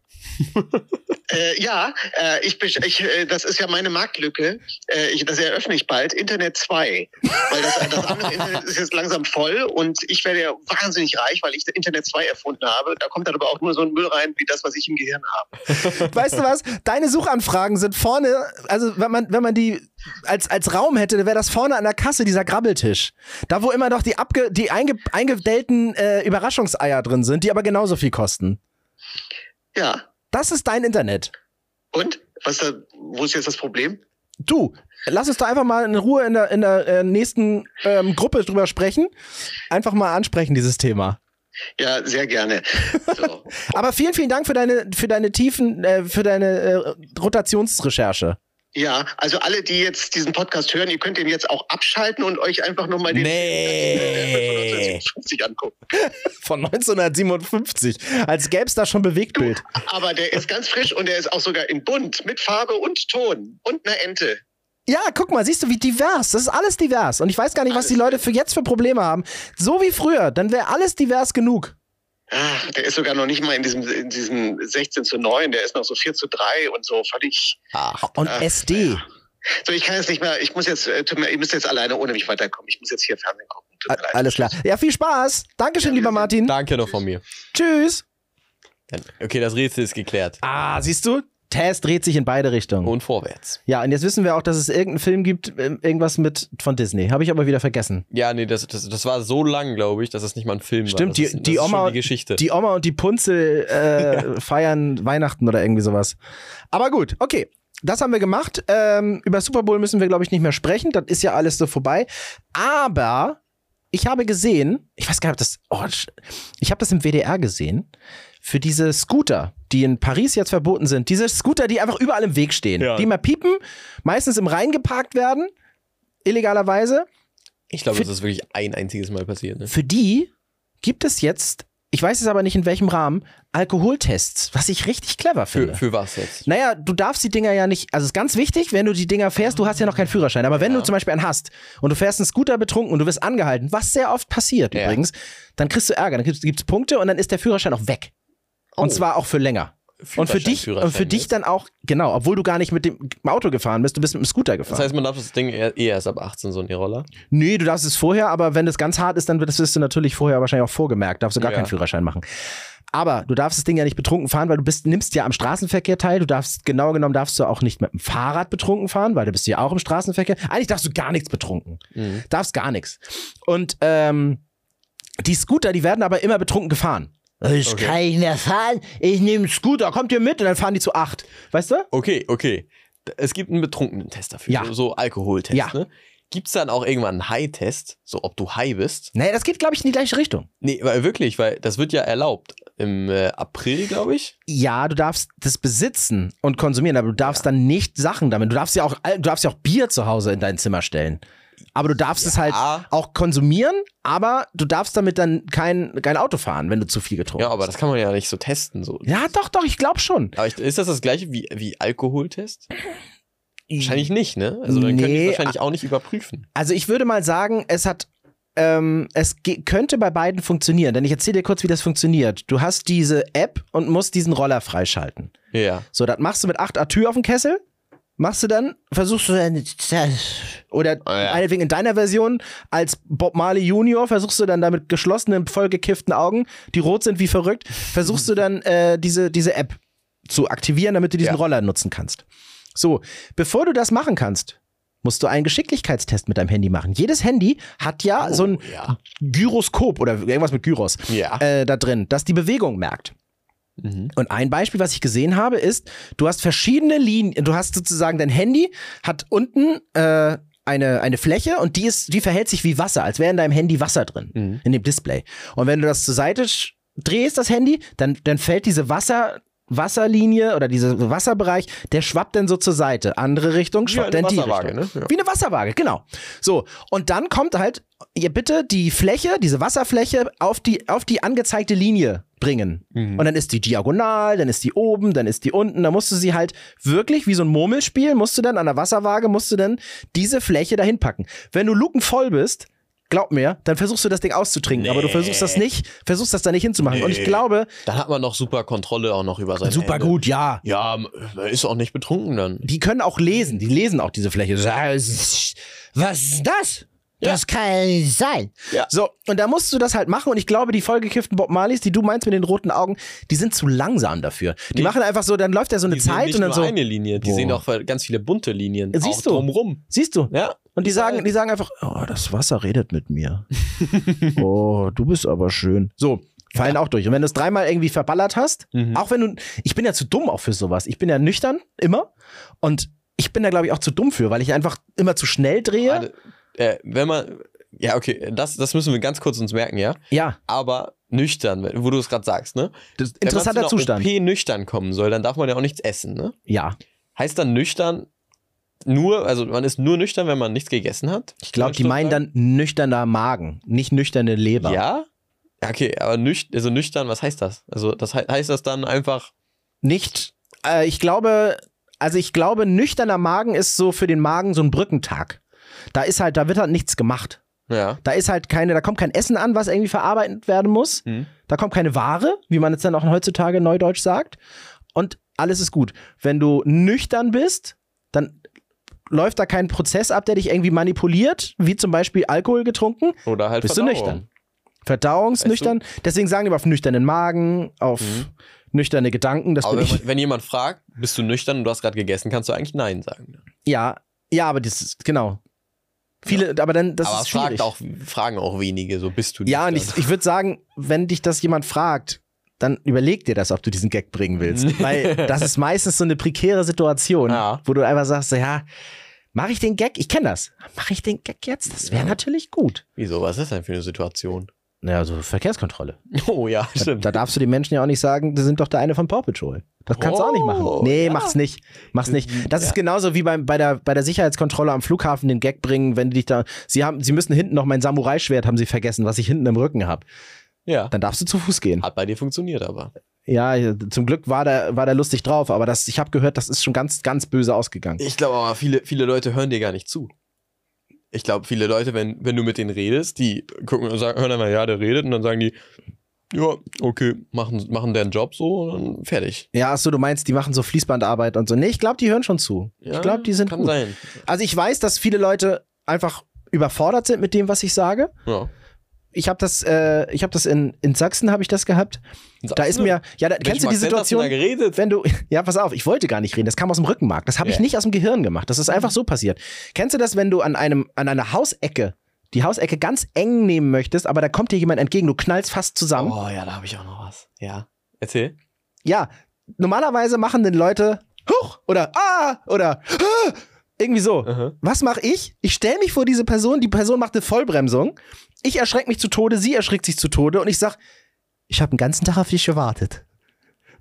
S3: Äh, ja, äh, ich, besch- ich, äh, das ist ja meine Marktlücke. Äh, ich, das eröffne ich bald. Internet 2. Weil das, das andere Internet ist jetzt langsam voll und ich werde ja wahnsinnig reich, weil ich das Internet 2 erfunden habe. Da kommt dann aber auch nur so ein Müll rein, wie das, was ich im Gehirn habe.
S1: Weißt du was? Deine Suchanfragen sind vorne, also wenn man, wenn man die als, als Raum hätte, wäre das vorne an der Kasse dieser Grabbeltisch. Da, wo immer noch die, abge, die einge, eingedellten äh, Überraschungseier drin sind, die aber genauso viel kosten.
S3: Ja.
S1: Das ist dein Internet.
S3: Und? Was da, wo ist jetzt das Problem?
S1: Du, lass uns da einfach mal in Ruhe in der, in der äh, nächsten ähm, Gruppe drüber sprechen. Einfach mal ansprechen, dieses Thema.
S3: Ja, sehr gerne. So.
S1: Aber vielen, vielen Dank für deine, für deine tiefen, äh, für deine äh, Rotationsrecherche.
S3: Ja, also alle, die jetzt diesen Podcast hören, ihr könnt ihn jetzt auch abschalten und euch einfach nochmal den
S2: Nee.
S3: 1957 angucken.
S1: Von 1957, als gäbe es da schon Bewegtbild.
S3: Aber der ist ganz frisch und der ist auch sogar in bunt, mit Farbe und Ton und einer Ente.
S1: Ja, guck mal, siehst du, wie divers. Das ist alles divers. Und ich weiß gar nicht, was die Leute für jetzt für Probleme haben. So wie früher, dann wäre alles divers genug.
S3: Ach, der ist sogar noch nicht mal in diesem, in diesem 16 zu 9, der ist noch so 4 zu 3 und so völlig.
S2: Ach,
S1: Und
S3: Ach,
S1: SD.
S3: So, ich kann jetzt nicht mehr, ich muss jetzt, äh, tut mir, ihr müsst jetzt alleine ohne mich weiterkommen. Ich muss jetzt hier Fernsehen gucken. Tut
S1: A-
S3: mir leid.
S1: Alles klar. Ja, viel Spaß. Dankeschön, lieber Martin.
S2: danke noch von mir.
S1: Tschüss.
S2: Dann- Okay, das Rätsel ist geklärt.
S1: Ah, siehst du? Tess dreht sich in beide Richtungen.
S2: Und vorwärts.
S1: Ja, und jetzt wissen wir auch, dass es irgendeinen Film gibt, ähm, irgendwas mit von Disney. Habe ich aber wieder vergessen.
S2: Ja, nee, das, das, das war so lang, glaube ich, dass das nicht mal ein Film war.
S1: Stimmt,
S2: das
S1: die-
S2: ist, das
S1: die
S2: ist
S1: Oma-
S2: Schon die Geschichte.
S1: Die Oma und die Punzel äh, feiern Weihnachten oder irgendwie sowas. Aber gut, okay. Das haben wir gemacht. Ähm, über Super Bowl müssen wir, glaube ich, nicht mehr sprechen. Das ist ja alles so vorbei. Aber ich habe gesehen, ich weiß gar nicht, ob das. Oh, sch- ich habe das im WDR gesehen. Für diese Scooter, die in Paris jetzt verboten sind. Diese Scooter, die einfach überall im Weg stehen.
S2: Ja.
S1: Die immer piepen, meistens im Rhein geparkt werden, illegalerweise.
S2: ich glaube,
S1: Für-
S2: das ist wirklich ein einziges Mal passiert. Ne?
S1: für die gibt es jetzt, ich weiß es aber nicht in welchem Rahmen, Alkoholtests, was ich richtig clever finde.
S2: Für, für was jetzt?
S1: Naja, du darfst die Dinger ja nicht, also es ist ganz wichtig, wenn du die Dinger fährst, du hast ja noch keinen Führerschein, aber wenn
S2: Ja.
S1: du zum Beispiel einen hast und du fährst einen Scooter betrunken und du wirst angehalten, was sehr oft passiert
S2: Ja.
S1: übrigens, dann kriegst du Ärger, dann gibt's gibt's Punkte und dann ist der Führerschein auch weg. Und
S2: Oh.
S1: zwar auch für länger. Und für
S2: Führerschein,
S1: dich, und für
S2: Führerschein ne?
S1: dich
S2: jetzt.
S1: dann auch, genau, obwohl du gar nicht mit dem Auto gefahren bist, du bist mit dem Scooter
S2: Das
S1: gefahren.
S2: heißt, man darf das Ding eher, eher erst ab 18 so ein E-Roller.
S1: Nee, du darfst es vorher, aber wenn es ganz hart ist, dann wird das wirst du natürlich vorher wahrscheinlich auch vorgemerkt, darfst du gar
S2: Ja.
S1: keinen Führerschein machen. Aber du darfst das Ding ja nicht betrunken fahren, weil du bist, nimmst ja am Straßenverkehr teil. Du darfst, genau genommen, darfst du auch nicht mit dem Fahrrad betrunken fahren, weil du bist ja auch im Straßenverkehr. Eigentlich darfst du gar nichts betrunken.
S2: Mhm.
S1: Darfst gar nichts. Und ähm, die Scooter, die werden aber immer betrunken gefahren. Ich
S2: Okay.
S1: kann nicht mehr fahren, ich nehme einen Scooter, kommt ihr mit? Und dann fahren die zu acht. Weißt du?
S2: Okay, okay. D- Es gibt einen betrunkenen Test dafür.
S1: Ja.
S2: So, so Alkoholtest,
S1: Ja.
S2: ne? Gibt es dann auch irgendwann einen High-Test, so ob du high bist?
S1: Nee, das geht, glaube ich, in die gleiche Richtung.
S2: Nee, weil wirklich, weil das wird ja erlaubt. Im äh, April, glaube ich.
S1: Ja, du darfst das besitzen und konsumieren, aber du darfst dann nicht Sachen damit. Du darfst ja auch, du darfst ja auch Bier zu Hause in dein Zimmer stellen. Aber du darfst es halt
S2: Ah,
S1: auch konsumieren, aber du darfst damit dann kein, kein Auto fahren, wenn du zu viel getrunken
S2: ja,
S1: hast.
S2: aber das kann man ja nicht so testen. So.
S1: Ja, doch, doch, ich glaube schon.
S2: Aber ich, ist das das gleiche wie, wie Alkoholtest? Wahrscheinlich nicht, ne? Also dann könnte
S1: Nee,
S2: ich wahrscheinlich auch nicht überprüfen.
S1: Also ich würde mal sagen, es hat, ähm, es ge- könnte bei beiden funktionieren, denn ich erzähle dir kurz, wie das funktioniert. Du hast diese App und musst diesen Roller freischalten.
S2: Ja.
S1: So, das machst du mit 8 Atür auf dem Kessel. Machst du dann, versuchst du dann, oder
S2: Oh ja.
S1: meinetwegen in deiner Version, als Bob Marley Junior, versuchst du dann da mit geschlossenen, vollgekifften Augen, die rot sind wie verrückt, versuchst du dann äh, diese, diese App zu aktivieren, damit du diesen
S2: Ja.
S1: Roller nutzen kannst. So, bevor du das machen kannst, musst du einen Geschicklichkeitstest mit deinem Handy machen. Jedes Handy hat ja so ein
S2: Oh, ja.
S1: Gyroskop oder irgendwas mit Gyros
S2: Ja.
S1: äh, da drin, das die Bewegung merkt.
S2: Mhm.
S1: Und ein Beispiel, was ich gesehen habe, ist, du hast verschiedene Linien, du hast sozusagen dein Handy, hat unten äh, eine, eine Fläche und die ist, die verhält sich wie Wasser, als wäre in deinem Handy Wasser drin,
S2: Mhm.
S1: in dem Display. Und wenn du das zur Seite sch- drehst, das Handy, dann, dann fällt diese Wasser, Wasserlinie oder dieser Wasserbereich, der schwappt dann so zur Seite. Andere Richtung
S2: Wie
S1: schwappt
S2: eine
S1: dann die
S2: Wasserwaage,
S1: Richtung.
S2: ne? Ja.
S1: Wie eine Wasserwaage, genau. So, und dann kommt halt, ihr bitte die Fläche, diese Wasserfläche auf die, auf die angezeigte Linie bringen.
S2: Mhm.
S1: Und dann ist die diagonal, dann ist die oben, dann ist die unten. Da musst du sie halt wirklich wie so ein Murmelspiel, musst du dann an der Wasserwaage, musst du dann diese Fläche dahin packen. Wenn du lukenvoll bist, glaub mir, dann versuchst du das Ding auszutrinken, aber du
S2: Nee.
S1: versuchst das nicht, versuchst das da nicht hinzumachen. Und ich glaube,
S2: Dann hat man noch super Kontrolle auch noch über sein
S1: super
S2: Ende.
S1: gut, ja.
S2: Ja, man ist auch nicht betrunken dann.
S1: Die können auch lesen, die lesen auch diese Fläche. ah, Was ist das? Das kann nicht sein.
S2: Ja.
S1: So, und da musst du das halt machen. Und ich glaube, die vollgekifften Bob Marleys, die du meinst mit den roten Augen, die sind zu langsam dafür. Die
S2: Nee.
S1: machen einfach so, dann läuft ja so eine
S2: die sehen
S1: Zeit
S2: nicht
S1: und dann
S2: nur
S1: so.
S2: eine Linie, die
S1: Boah.
S2: sehen auch ganz viele bunte Linien.
S1: Siehst
S2: auch
S1: du.
S2: Drumrum.
S1: Siehst du?
S2: Ja.
S1: Und die sagen, die sagen einfach, oh, das Wasser redet mit mir. oh, du bist aber schön. So, fallen auch durch. Und wenn du es dreimal irgendwie verballert hast,
S2: Mhm.
S1: auch wenn du, ich bin ja zu dumm auch für sowas. Ich bin ja nüchtern, immer. Und ich bin da, glaube ich, auch zu dumm für, weil ich einfach immer zu schnell drehe.
S2: Warte, Äh, wenn man, ja, okay, das, das müssen wir ganz kurz uns merken, ja.
S1: ja,
S2: Aber nüchtern, wenn- wo du es gerade sagst, ne?
S1: das ist ein
S2: Wenn man
S1: interessanter
S2: zu einer
S1: Zustand.
S2: OP nüchtern kommen soll, dann darf man ja auch nichts essen, ne?
S1: Ja,
S2: Heißt dann nüchtern nur, also man ist nur nüchtern, wenn man nichts gegessen hat?
S1: ich glaube, die meinen dann nüchterner Magen, nicht nüchterne Leber.
S2: Ja? Ja, Okay, aber nüch, also nüchtern, was heißt das? Also das hei- heißt das dann einfach,
S1: Nicht, äh, ich glaube, also ich glaube, nüchterner Magen ist so für den Magen so ein Brückentag. Da ist halt, da wird halt nichts gemacht.
S2: ja.
S1: Da ist halt keine, da kommt kein Essen an, was irgendwie verarbeitet werden muss.
S2: Hm.
S1: Da kommt keine Ware, wie man jetzt dann auch heutzutage neudeutsch sagt. Und alles ist gut. Wenn du nüchtern bist, dann läuft da kein Prozess ab, der dich irgendwie manipuliert, wie zum Beispiel Alkohol getrunken.
S2: Oder halt
S1: Bist du
S2: Verdauung.
S1: nüchtern? Verdauungsnüchtern. Deswegen sagen die auf nüchternen Magen, auf
S2: Mhm.
S1: nüchterne Gedanken. Das
S2: Aber
S1: bin
S2: wenn,
S1: ich.
S2: man, wenn jemand fragt, bist du nüchtern und du hast gerade gegessen, kannst du eigentlich Nein sagen.
S1: Ja, ja, aber das ist, genau. Viele, aber dann, das
S2: Aber
S1: ist schwierig.
S2: fragt auch, fragen auch wenige, so bist du
S1: Ja, und
S2: nüchtern.
S1: ich, ich würde sagen, wenn dich das jemand fragt, dann überleg dir das, ob du diesen Gag bringen willst. Weil das ist meistens so eine prekäre Situation,
S2: Ja.
S1: wo du einfach sagst, so, ja, mache ich den Gag? Ich kenne das. Mache ich den Gag jetzt? Das wäre
S2: Ja.
S1: natürlich gut.
S2: Wieso, was ist das denn für eine Situation?
S1: Naja, so Verkehrskontrolle.
S2: Oh ja,
S1: Da,
S2: stimmt.
S1: da darfst du den Menschen ja auch nicht sagen, die sind doch der eine von Paw Patrol. Das kannst du auch nicht machen.
S2: Oh,
S1: Nee,
S2: ja. Mhm.
S1: mach's nicht. Mach's nicht. Das
S2: Ja.
S1: ist genauso wie beim, bei, der, bei der Sicherheitskontrolle am Flughafen den Gag bringen, wenn die dich da. Sie, haben, sie müssen hinten noch mein Samurai-Schwert, haben sie vergessen, was ich hinten im Rücken habe.
S2: Ja.
S1: Dann darfst du zu Fuß gehen.
S2: Hat bei dir funktioniert, aber.
S1: Ja, äh, zum Glück war der, war der lustig drauf, aber das, ich habe gehört, das ist schon ganz, ganz böse ausgegangen.
S2: Ich glaube aber, viele, viele Leute hören dir gar nicht zu. Ich glaube, viele Leute, wenn, wenn du mit denen redest, die gucken und sagen, hören einmal, ja, der redet, und dann sagen die, ja, okay, machen, machen deren Job so und dann fertig.
S1: Ja, ach so, du meinst, die machen so Fließbandarbeit und so. Nee, ich glaube, die hören schon zu.
S2: Ja,
S1: ich glaube, die sind
S2: Kann
S1: gut.
S2: sein.
S1: Also ich weiß, dass viele Leute einfach überfordert sind mit dem, was ich sage.
S2: Ja.
S1: Ich habe das, äh, ich habe das in, in Sachsen habe ich das gehabt. Da ist mir, ja, da,
S2: Welchen
S1: kennst du die
S2: Akzent hast
S1: Situation?
S2: da geredet?
S1: Wenn du, ja, pass auf, ich wollte gar nicht reden. Das kam aus dem Rückenmark. Das habe ich
S2: Ja.
S1: nicht aus dem Gehirn gemacht. Das ist einfach so passiert. Kennst du das, wenn du an einem, an einer Hausecke die Hausecke ganz eng nehmen möchtest, aber da kommt dir jemand entgegen, du knallst fast zusammen.
S2: Oh ja, da habe ich auch noch was. Ja. Erzähl.
S1: Ja, normalerweise machen denn Leute huch oder ah oder ah, irgendwie so.
S2: Mhm.
S1: Was mache ich? Ich stelle mich vor diese Person, die Person macht eine Vollbremsung. Ich erschrecke mich zu Tode, sie erschrickt sich zu Tode und ich sag, ich habe den ganzen Tag auf dich gewartet.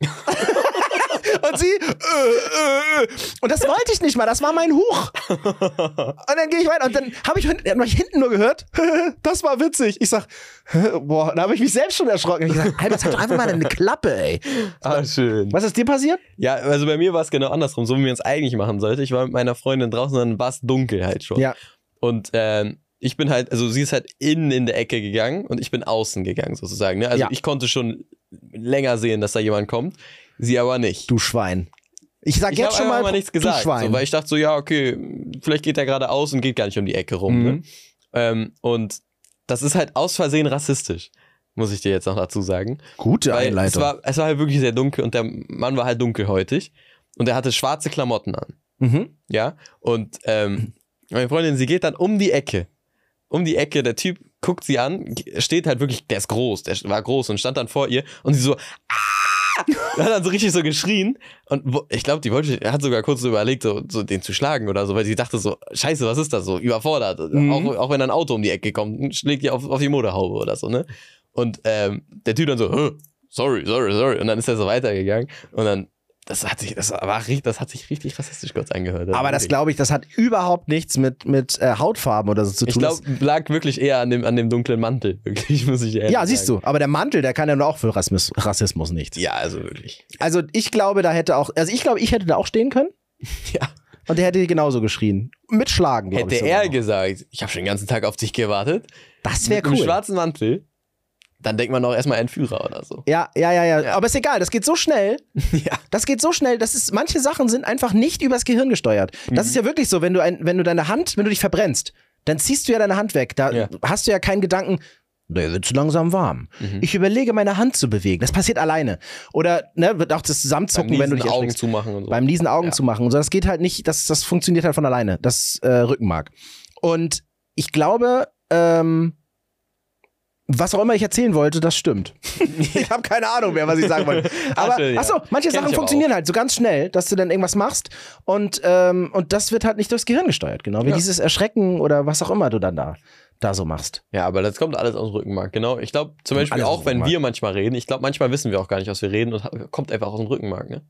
S1: und sie äh, äh, äh. und das wollte ich nicht mal, das war mein Huch. Und dann gehe ich weiter und dann habe ich, hab ich hinten nur gehört, das war witzig. Ich sag, boah, da habe ich mich selbst schon erschrocken. Ich sag, Alter, das hat doch einfach mal eine Klappe, ey.
S2: Ah, schön.
S1: Was ist dir passiert?
S2: Ja, also bei mir war es genau andersrum, so wie man es eigentlich machen sollte. Ich war mit meiner Freundin draußen, dann war es dunkel halt schon.
S1: Ja.
S2: Und ähm, ich bin halt, also sie ist halt innen in der Ecke gegangen und ich bin außen gegangen sozusagen. Ne? Also
S1: Ja.
S2: ich konnte schon länger sehen, dass da jemand kommt, sie aber nicht.
S1: Du Schwein. Ich sag
S2: ich
S1: jetzt
S2: hab
S1: schon
S2: einfach
S1: mal,
S2: nichts
S1: du
S2: gesagt,
S1: Schwein.
S2: so, weil ich dachte so, ja, okay, vielleicht geht er gerade aus und geht gar nicht um die Ecke rum. Ne?
S1: Mhm.
S2: Ähm, und das ist halt aus Versehen rassistisch, muss ich dir jetzt noch dazu sagen.
S1: Gute
S2: Weil
S1: Einleitung.
S2: Es war, es war halt wirklich sehr dunkel und der Mann war halt dunkelhäutig und er hatte schwarze Klamotten an.
S1: mhm.
S2: Ja. Und ähm, meine Freundin, sie geht dann um die Ecke. Um die Ecke, der Typ guckt sie an, steht halt wirklich, der ist groß, der war groß und stand dann vor ihr und sie so, ah! hat dann so richtig so geschrien und wo, ich glaube, die wollte, hat sogar kurz so überlegt, so, so den zu schlagen oder so, weil sie dachte so, scheiße, was ist das so, überfordert.
S1: Mhm.
S2: Auch, auch wenn ein Auto um die Ecke kommt, schlägt ihr auf, auf die Motorhaube oder so, ne? Und ähm, der Typ dann so, "Hä? sorry, sorry, sorry. Und dann ist er so weitergegangen und dann, das hat sich, das war richtig, das hat sich richtig rassistisch kurz angehört.
S1: Aber das glaube ich, das hat überhaupt nichts mit, mit äh, Hautfarben oder so zu tun.
S2: ich glaube, lag wirklich eher an dem, an dem dunklen Mantel. Wirklich, muss ich ehrlich
S1: das, ja, siehst
S2: sagen.
S1: du. Aber der Mantel, der kann ja nur auch für Rassismus, Rassismus nichts.
S2: Ja, also wirklich.
S1: Also ich glaube, da hätte auch, also ich glaube, ich hätte da auch stehen können
S2: Ja.
S1: und der hätte genauso geschrien. Mitschlagen, glaube ich.
S2: Hätte
S1: sogar
S2: er
S1: noch.
S2: gesagt, ich habe schon den ganzen Tag auf dich gewartet.
S1: Das wäre
S2: Mit einem
S1: cool.
S2: schwarzen Mantel. Dann denkt man auch erstmal Entführer oder so.
S1: Ja, ja, ja, ja, Aber ist egal, das geht so schnell.
S2: Ja.
S1: Das geht so schnell, das ist, manche Sachen sind einfach nicht übers Gehirn gesteuert.
S2: Mhm.
S1: Das ist ja wirklich so, wenn du, ein, wenn du deine Hand, wenn du dich verbrennst, dann ziehst du ja deine Hand weg. Da
S2: Ja.
S1: hast du ja keinen Gedanken, der wird zu langsam warm.
S2: Mhm.
S1: Ich überlege, meine Hand zu bewegen. Das passiert alleine. Oder ne, wird auch das Zusammenzucken, wenn du dich
S2: Niesen Augen
S1: erschrickst.
S2: zumachen und so.
S1: beim Niesen Augen
S2: Ja.
S1: zu machen. So, das geht halt nicht, das, das funktioniert halt von alleine, das äh, Rückenmark. Und ich glaube, ähm, was auch immer ich erzählen wollte, das stimmt. ich habe keine Ahnung mehr, was ich sagen wollte. Aber
S2: Ach schön, ja.
S1: achso, manche
S2: Kenn ich
S1: Sachen
S2: aber
S1: funktionieren halt so ganz schnell, dass du dann irgendwas machst und, ähm, und das wird halt nicht durchs Gehirn gesteuert, genau. Wie
S2: Ja.
S1: dieses Erschrecken oder was auch immer du dann da, da so machst.
S2: Ja, aber das kommt alles aus dem Rückenmark, genau. Ich glaube, zum
S1: Kommt
S2: Beispiel
S1: alles aus
S2: auch,
S1: dem
S2: wenn
S1: Rückenmark.
S2: wir manchmal reden, ich glaube, manchmal wissen wir auch gar nicht, was wir reden und ha- kommt einfach aus dem Rückenmark, ne?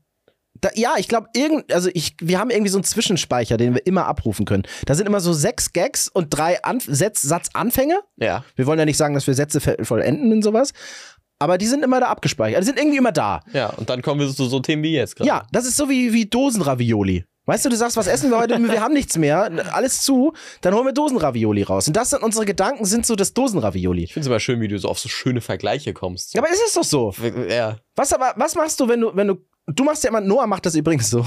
S1: Da, ja, ich glaube, irgend, also ich, wir haben irgendwie so einen Zwischenspeicher, den wir immer abrufen können. Da sind immer so sechs Gags und drei Anf Setz Satzanfänge.
S2: Ja.
S1: Wir wollen ja nicht sagen, dass wir Sätze ver- vollenden und sowas. Aber die sind immer da abgespeichert. Also Die sind irgendwie immer da.
S2: Ja, und dann kommen wir zu so Themen wie jetzt gerade.
S1: Ja, das ist so wie, wie Dosenravioli. Weißt du, du sagst, was essen wir heute? Wir haben nichts mehr, alles zu. Dann holen wir Dosenravioli raus. Und das sind unsere Gedanken, sind so das Dosenravioli.
S2: Ich finde es immer schön, wie du so auf so schöne Vergleiche kommst. Äh,
S1: Ja, aber ist es doch so.
S2: ja.
S1: Was aber, was machst du, wenn du, wenn du, du machst ja immer, Noah macht das übrigens so.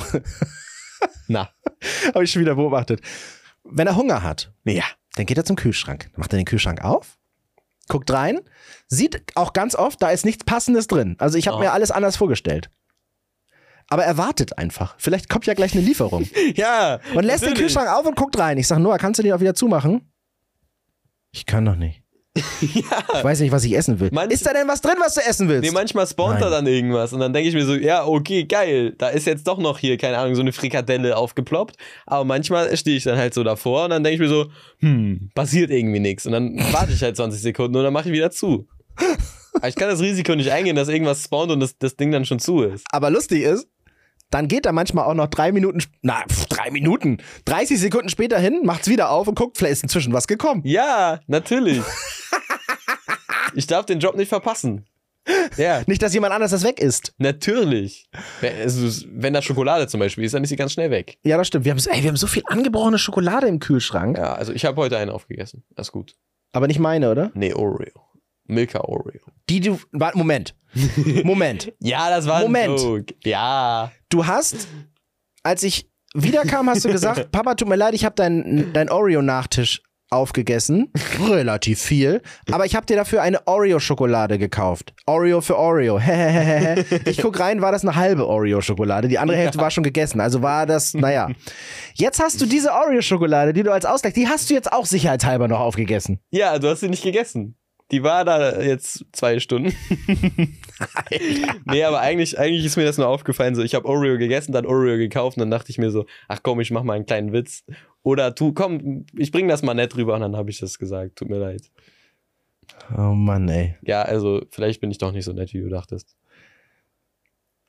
S2: Na.
S1: Habe ich schon wieder beobachtet. Wenn er Hunger hat,
S2: Ja.
S1: dann geht er zum Kühlschrank. Dann macht er den Kühlschrank auf, guckt rein, sieht auch ganz oft, da ist nichts Passendes drin. Also ich habe
S2: Aha.
S1: mir alles anders vorgestellt. Aber er wartet einfach. Vielleicht kommt ja gleich eine Lieferung.
S2: Ja.
S1: Und lässt den
S2: natürlich.
S1: Kühlschrank auf und guckt rein. Ich sage, Noah, kannst du den auch wieder zumachen? Ich kann doch nicht. Ich weiß nicht, was ich essen will.
S2: Manch-
S1: ist da denn was drin, was du essen willst?
S2: Nee, manchmal spawnt da
S1: Nein.
S2: dann irgendwas und dann denke ich mir so, ja, okay, geil, da ist jetzt doch noch hier, keine Ahnung, so eine Frikadelle aufgeploppt. Aber manchmal stehe ich dann halt so davor und dann denke ich mir so, hm, passiert irgendwie nichts. Und dann warte ich halt 20 Sekunden und dann mache ich wieder zu. Aber ich kann das Risiko nicht eingehen, dass irgendwas spawnt und das, das Ding dann schon zu ist.
S1: Aber lustig ist, dann geht er manchmal auch noch drei Minuten, sp- na, pf, drei Minuten, 30 Sekunden später hin, macht's wieder auf und guckt, vielleicht ist inzwischen was gekommen.
S2: Ja, natürlich. Ich darf den Job nicht verpassen. Ja,
S1: Nicht, dass jemand anders das weg ist.
S2: natürlich. Wenn- also, Wenn da Schokolade zum Beispiel ist, dann ist sie ganz schnell weg.
S1: Ja, das stimmt. Wir haben, so- ey, wir haben so viel angebrochene Schokolade im Kühlschrank.
S2: Ja, also ich habe heute einen aufgegessen. Alles gut.
S1: Aber nicht meine, oder?
S2: Nee, Oreo. Milka Oreo.
S1: Die du. Warte, Moment. Moment.
S2: Ja, das war
S1: Moment.
S2: ein Joke. Ja.
S1: Du hast, als ich wiederkam, hast du gesagt, Papa, tut mir leid, ich habe deinen dein Oreo-Nachtisch aufgegessen. Relativ viel. Aber ich habe dir dafür eine Oreo-Schokolade gekauft. Oreo für Oreo. ich guck rein, war das eine halbe Oreo-Schokolade. Die andere Hälfte war schon gegessen. Also war das, naja. Jetzt hast du diese Oreo-Schokolade, die du als Ausgleich, die hast du jetzt auch sicherheitshalber noch aufgegessen.
S2: Ja, du hast sie nicht gegessen. Die war da jetzt zwei Stunden. nee, aber eigentlich, eigentlich ist mir das nur aufgefallen. So, ich habe Oreo gegessen, dann Oreo gekauft und dann dachte ich mir so, ach komm, ich mach mal einen kleinen Witz. Oder tu, komm, ich bring das mal nett rüber und dann habe ich das gesagt. Tut mir leid.
S1: Oh Mann, ey.
S2: Ja, also vielleicht bin ich doch nicht so nett, wie du dachtest.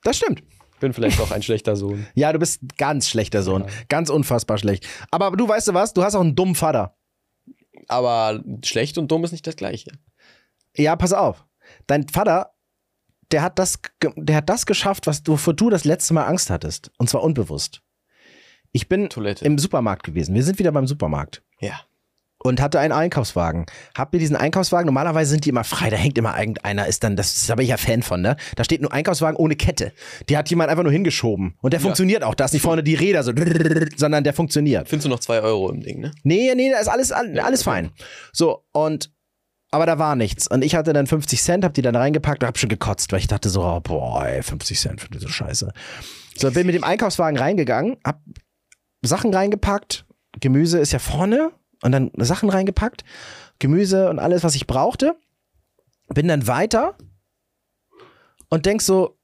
S1: Das stimmt.
S2: Bin vielleicht doch ein schlechter Sohn.
S1: Ja, du bist ein ganz schlechter Sohn.
S2: Ja.
S1: Ganz unfassbar schlecht. Aber du weißt du was? Du hast auch einen dummen Vater.
S2: Aber schlecht und dumm ist nicht das Gleiche.
S1: Ja, pass auf. Dein Vater, der hat das, ge- der hat das geschafft, was du, wovor du das letzte Mal Angst hattest. Und zwar unbewusst. Ich bin
S2: Toilette.
S1: im Supermarkt gewesen. Wir sind wieder beim Supermarkt.
S2: ja.
S1: Und hatte einen Einkaufswagen. Hab mir diesen Einkaufswagen, normalerweise sind die immer frei, da hängt immer irgendeiner, ist dann, das da bin ich ja Fan von, ne? Da steht nur Einkaufswagen ohne Kette. Die hat jemand einfach nur hingeschoben. Und der
S2: Ja.
S1: funktioniert auch. Da ist nicht vorne die Räder so, sondern der funktioniert.
S2: Findest du noch zwei Euro im Ding, ne?
S1: Nee, nee, da ist alles, all- alles fein. So, und aber da war nichts. Und ich hatte dann 50 Cent, hab die dann reingepackt und hab schon gekotzt, weil ich dachte so, oh, boah, ey, 50 Cent für diese Scheiße. So, bin mit dem Einkaufswagen reingegangen, hab Sachen reingepackt, Gemüse ist ja vorne und dann Sachen reingepackt, Gemüse und alles, was ich brauchte. Bin dann weiter und denk so,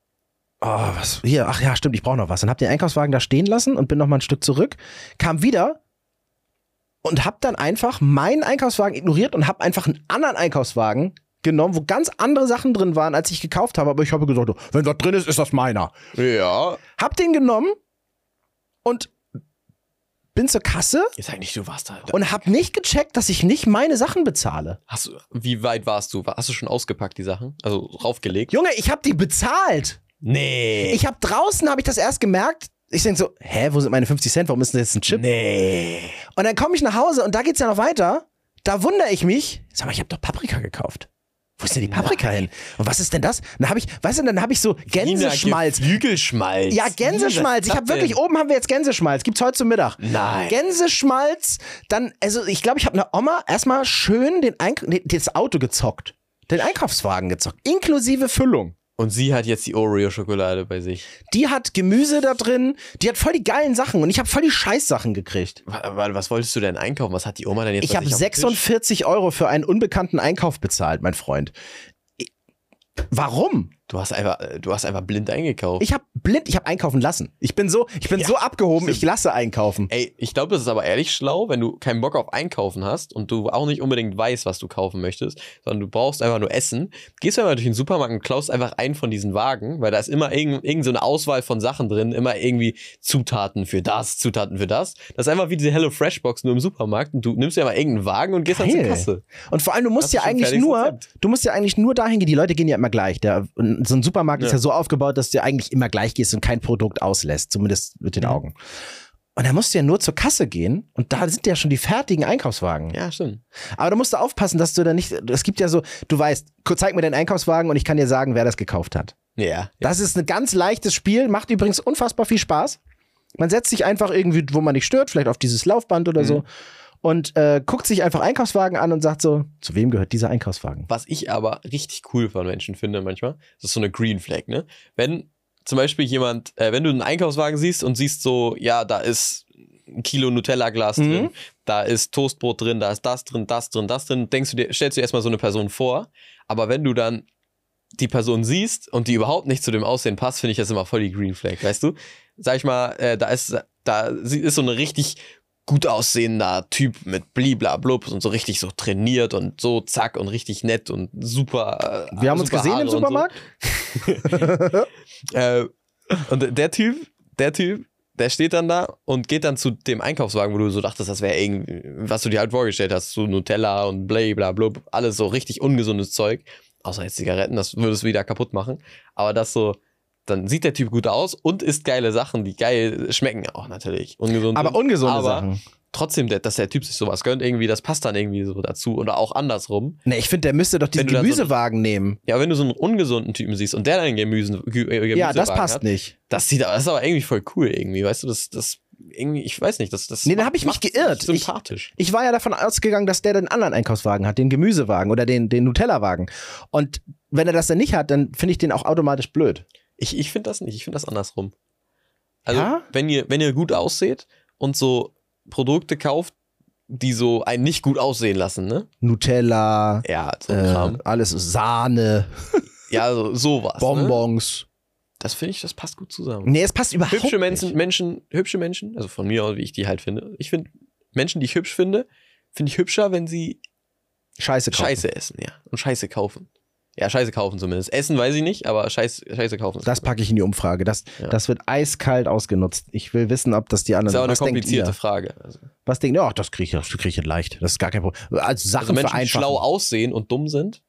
S1: oh, was, hier, ach ja, stimmt, ich brauche noch was. Und hab den Einkaufswagen da stehen lassen und bin noch mal ein Stück zurück, kam wieder und hab dann einfach meinen Einkaufswagen ignoriert und hab einfach einen anderen Einkaufswagen genommen, wo ganz andere Sachen drin waren, als ich gekauft habe. Aber ich habe gesagt, wenn was drin ist, ist das meiner.
S2: Ja.
S1: Hab den genommen und bin zur Kasse
S2: Jetzt sag nicht, du warst da.
S1: und hab nicht gecheckt, dass ich nicht meine Sachen bezahle.
S2: Hast du, wie weit warst du? Hast du schon ausgepackt, die Sachen? Also raufgelegt?
S1: Junge, ich hab die bezahlt.
S2: Nee.
S1: Ich hab draußen, habe ich das erst gemerkt. Ich denk so, hä, wo sind meine 50 Cent? Warum ist denn jetzt ein Chip?
S2: Nee.
S1: Und dann komme ich nach Hause und da geht's ja noch weiter. Da wundere ich mich. Sag mal, ich habe doch Paprika gekauft. Wo ist denn die Paprika hin? Und was ist denn das? Und Dann habe ich, weißt du, dann habe ich so Gänseschmalz.
S2: Flügelschmalz.
S1: Ja, Gänseschmalz. Ich habe wirklich, oben haben wir jetzt Gänseschmalz. Gibt's heute zum Mittag.
S2: Nein.
S1: Gänseschmalz, dann, also ich glaube, ich habe einer Oma erstmal schön den Eink nee, das Auto gezockt. Den Einkaufswagen gezockt. Inklusive Füllung.
S2: Und sie hat jetzt die Oreo-Schokolade bei sich.
S1: Die hat Gemüse da drin, die hat voll die geilen Sachen und ich habe voll die Scheißsachen gekriegt.
S2: Was, was wolltest du denn einkaufen? Was hat die Oma denn jetzt
S1: Ich
S2: bei
S1: habe
S2: sich auf dem Tisch?
S1: 46 Euro für einen unbekannten Einkauf bezahlt, mein Freund. Ich- Warum?
S2: Du hast einfach, äh, du hast einfach blind eingekauft.
S1: Ich habe blind, ich habe einkaufen lassen. Ich bin so, ich bin so abgehoben, ich lasse einkaufen.
S2: Ey, ich glaube, das ist aber ehrlich schlau, wenn du keinen Bock auf Einkaufen hast und du auch nicht unbedingt weißt, was du kaufen möchtest, sondern du brauchst einfach nur Essen. Gehst einfach durch den Supermarkt und klaust einfach einen von diesen Wagen, weil da ist immer irgendeine irgend so eine Auswahl von Sachen drin, immer irgendwie Zutaten für das, Zutaten für das. Das ist einfach wie diese Hello Fresh Box nur im Supermarkt und du nimmst dir mal irgendeinen Wagen und gehst dann
S1: Geil.
S2: zur Kasse.
S1: Und vor allem, du musst
S2: Hast du
S1: ja
S2: schon
S1: eigentlich
S2: fertiges
S1: nur,
S2: Rezept?
S1: du musst ja eigentlich nur dahin gehen, die Leute gehen ja immer gleich. Der, so ein Supermarkt ist
S2: Ja.
S1: ja so aufgebaut, dass du eigentlich immer gleich gehst und kein Produkt auslässt, zumindest mit den
S2: Mhm.
S1: Augen. Und da musst du ja nur zur Kasse gehen und da sind ja schon die fertigen Einkaufswagen.
S2: Ja, stimmt.
S1: Aber du musst da aufpassen, dass du da nicht, es gibt ja so, du weißt, zeig mir den Einkaufswagen und ich kann dir sagen, wer das gekauft hat.
S2: Ja.
S1: Das ist ein ganz leichtes Spiel, macht übrigens unfassbar viel Spaß. Man setzt sich einfach irgendwie, wo man nicht stört, vielleicht auf dieses Laufband oder
S2: Mhm.
S1: so und äh, guckt sich einfach Einkaufswagen an und sagt so, zu wem gehört dieser Einkaufswagen?
S2: Was ich aber richtig cool von Menschen finde manchmal, das ist so eine Green Flag, ne? Wenn zum Beispiel jemand, äh, wenn du einen Einkaufswagen siehst und siehst so, ja, da ist ein Kilo Nutella-Glas
S1: Mhm.
S2: drin, da ist Toastbrot drin, da ist das drin, das drin, das drin, denkst du dir, stellst du dir erstmal so eine Person vor, aber wenn du dann die Person siehst und die überhaupt nicht zu dem Aussehen passt, finde ich das immer voll die Green Flag, weißt du? Sag ich mal, äh, da ist, da sie- ist so ein richtig gut aussehender Typ mit bliblablub und so richtig so trainiert und so zack und richtig nett und super. äh,
S1: Wir haben uns
S2: super
S1: gesehen
S2: Haare
S1: im
S2: und so.
S1: Supermarkt.
S2: Äh, und der Typ, der Typ, der steht dann da und geht dann zu dem Einkaufswagen, wo du so dachtest, das wäre irgendwie, was du dir halt vorgestellt hast, so Nutella und blablablub, alles so richtig ungesundes Zeug. Außer jetzt Zigaretten, das würde es wieder kaputt machen. Aber das so, dann sieht der Typ gut aus und isst geile Sachen, die geil schmecken auch natürlich. Ungesund.
S1: Aber ungesunde
S2: aber-
S1: Sachen.
S2: trotzdem, der- dass der Typ sich sowas gönnt, irgendwie, das passt dann irgendwie so dazu oder auch andersrum.
S1: Ne, ich finde, der müsste doch diesen
S2: Wenn du da so-
S1: Gemüsewagen nehmen.
S2: Ja, wenn du so einen ungesunden Typen siehst und der dann Gemüsen, Gü- äh, Gemüsewagen
S1: Ja, das passt
S2: hat,
S1: nicht.
S2: Das sieht aber, das ist aber irgendwie voll cool irgendwie, weißt du, das, das irgendwie, ich weiß nicht, das, das
S1: Nee, da
S2: macht-
S1: hab ich mich
S2: macht's
S1: geirrt.
S2: Sympathisch.
S1: Ich war ja davon ausgegangen, dass der den anderen Einkaufswagen hat, den Gemüsewagen oder den, den Nutella-Wagen. Und wenn er das dann nicht hat, dann finde ich den auch automatisch blöd.
S2: Ich, ich finde das nicht, ich finde das andersrum. Also,
S1: Ja?
S2: wenn, ihr, wenn ihr gut ausseht und so Produkte kauft, die so einen nicht gut aussehen lassen, ne?
S1: Nutella,
S2: Ja, so ein
S1: äh,
S2: Kram.
S1: alles Sahne,
S2: Ja, so, sowas. Ne?
S1: Bonbons.
S2: Das finde ich, das passt gut zusammen.
S1: Nee, es passt überhaupt
S2: hübsche Menschen,
S1: nicht.
S2: Menschen, hübsche Menschen, also von mir aus, wie ich die halt finde. Ich finde Menschen, die ich hübsch finde, finde ich hübscher, wenn sie
S1: Scheiße kaufen.
S2: Scheiße essen, ja. Und Scheiße kaufen. Ja, Scheiße kaufen zumindest. Essen weiß ich nicht, aber Scheiß, Scheiße kaufen. ist
S1: Das
S2: gut.
S1: packe ich in die Umfrage. Das,
S2: Ja.
S1: das wird eiskalt ausgenutzt. Ich will wissen, ob das die anderen
S2: ist aber eine
S1: was denkt ihr?
S2: komplizierte Frage. Also,
S1: Was denkt ihr? Ach, das kriege ich, das krieg ich leicht. Das ist gar kein Problem. Also
S2: also
S1: Sachen
S2: Menschen, die
S1: vereinfachen.
S2: schlau aussehen und dumm sind.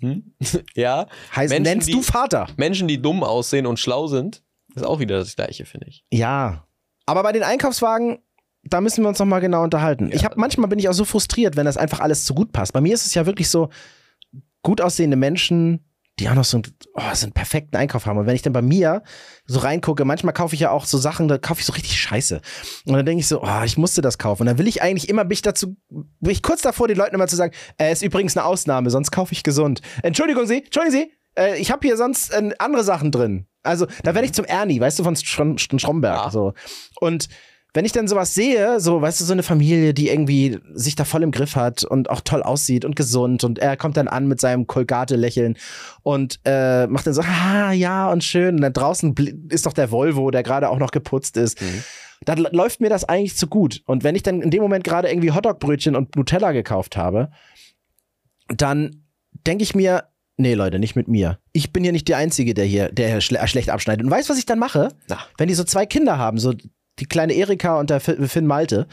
S2: Hm? ja.
S1: heißt,
S2: Menschen,
S1: nennst
S2: die-
S1: du Vater?
S2: Menschen, die dumm aussehen und schlau sind, ist auch wieder das Gleiche, finde ich.
S1: Ja. Aber bei den Einkaufswagen, da müssen wir uns nochmal genau unterhalten.
S2: Ja.
S1: Ich habe manchmal bin ich auch so frustriert, wenn das einfach alles zu gut passt. Bei mir ist es ja wirklich so, gut aussehende Menschen, die auch noch so einen, oh, so einen perfekten Einkauf haben. Und wenn ich dann bei mir so reingucke, manchmal kaufe ich ja auch so Sachen, da kaufe ich so richtig Scheiße. Und dann denke ich so, oh, ich musste das kaufen. Und dann will ich eigentlich immer, bin ich dazu, bin ich kurz davor, den Leuten immer zu sagen, äh, ist übrigens eine Ausnahme, sonst kaufe ich gesund. Entschuldigung Sie, Entschuldigung Sie, äh, ich habe hier sonst äh, andere Sachen drin. Also, da werde ich zum Ernie, weißt du, von Schrom Schromberg.
S2: Ja.
S1: So. Und wenn ich dann sowas sehe, so, weißt du, so eine Familie, die irgendwie sich da voll im Griff hat und auch toll aussieht und gesund und er kommt dann an mit seinem Kolgate-Lächeln und äh, macht dann so, ah, ja, und schön. Und dann draußen bl- ist doch der Volvo, der gerade auch noch geputzt ist.
S2: Mhm.
S1: Dann l- läuft mir das eigentlich zu gut. Und wenn ich dann in dem Moment gerade irgendwie Hotdog-Brötchen und Nutella gekauft habe, dann denke ich mir, nee, Leute, nicht mit mir. Ich bin hier nicht der Einzige, der hier, der hier schle äh, schlecht abschneidet. Und weißt du, was ich dann mache?
S2: Na.
S1: Wenn die so zwei Kinder haben, so die kleine Erika und der Fi- Finn Malte,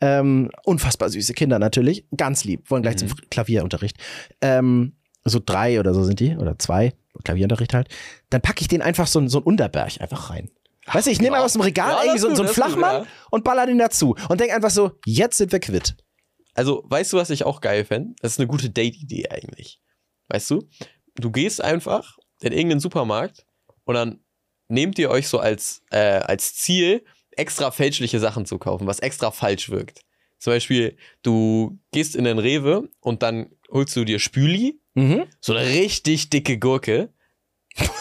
S1: ähm, unfassbar süße Kinder natürlich, ganz lieb, wollen gleich
S2: Mhm.
S1: zum Klavierunterricht. Ähm, so drei oder so sind die, oder zwei, Klavierunterricht halt. Dann packe ich den einfach so, ein- so einen Unterberg einfach rein. Weißt du, ich nehme
S2: ja.
S1: einfach aus dem Regal
S2: Ja, das
S1: irgendwie
S2: ist
S1: so,
S2: gut,
S1: so einen
S2: das ist gut,
S1: Flachmann
S2: ja.
S1: und baller den dazu und denk einfach so, jetzt sind wir quitt.
S2: Also, weißt du, was ich auch geil fände? Das ist eine gute Date-Idee eigentlich. Weißt du? Du gehst einfach in irgendeinen Supermarkt und dann nehmt ihr euch so als, äh, als Ziel, extra fälschliche Sachen zu kaufen, was extra falsch wirkt. Zum Beispiel, du gehst in den Rewe und dann holst du dir Spüli,
S1: Mhm.
S2: so eine richtig dicke Gurke.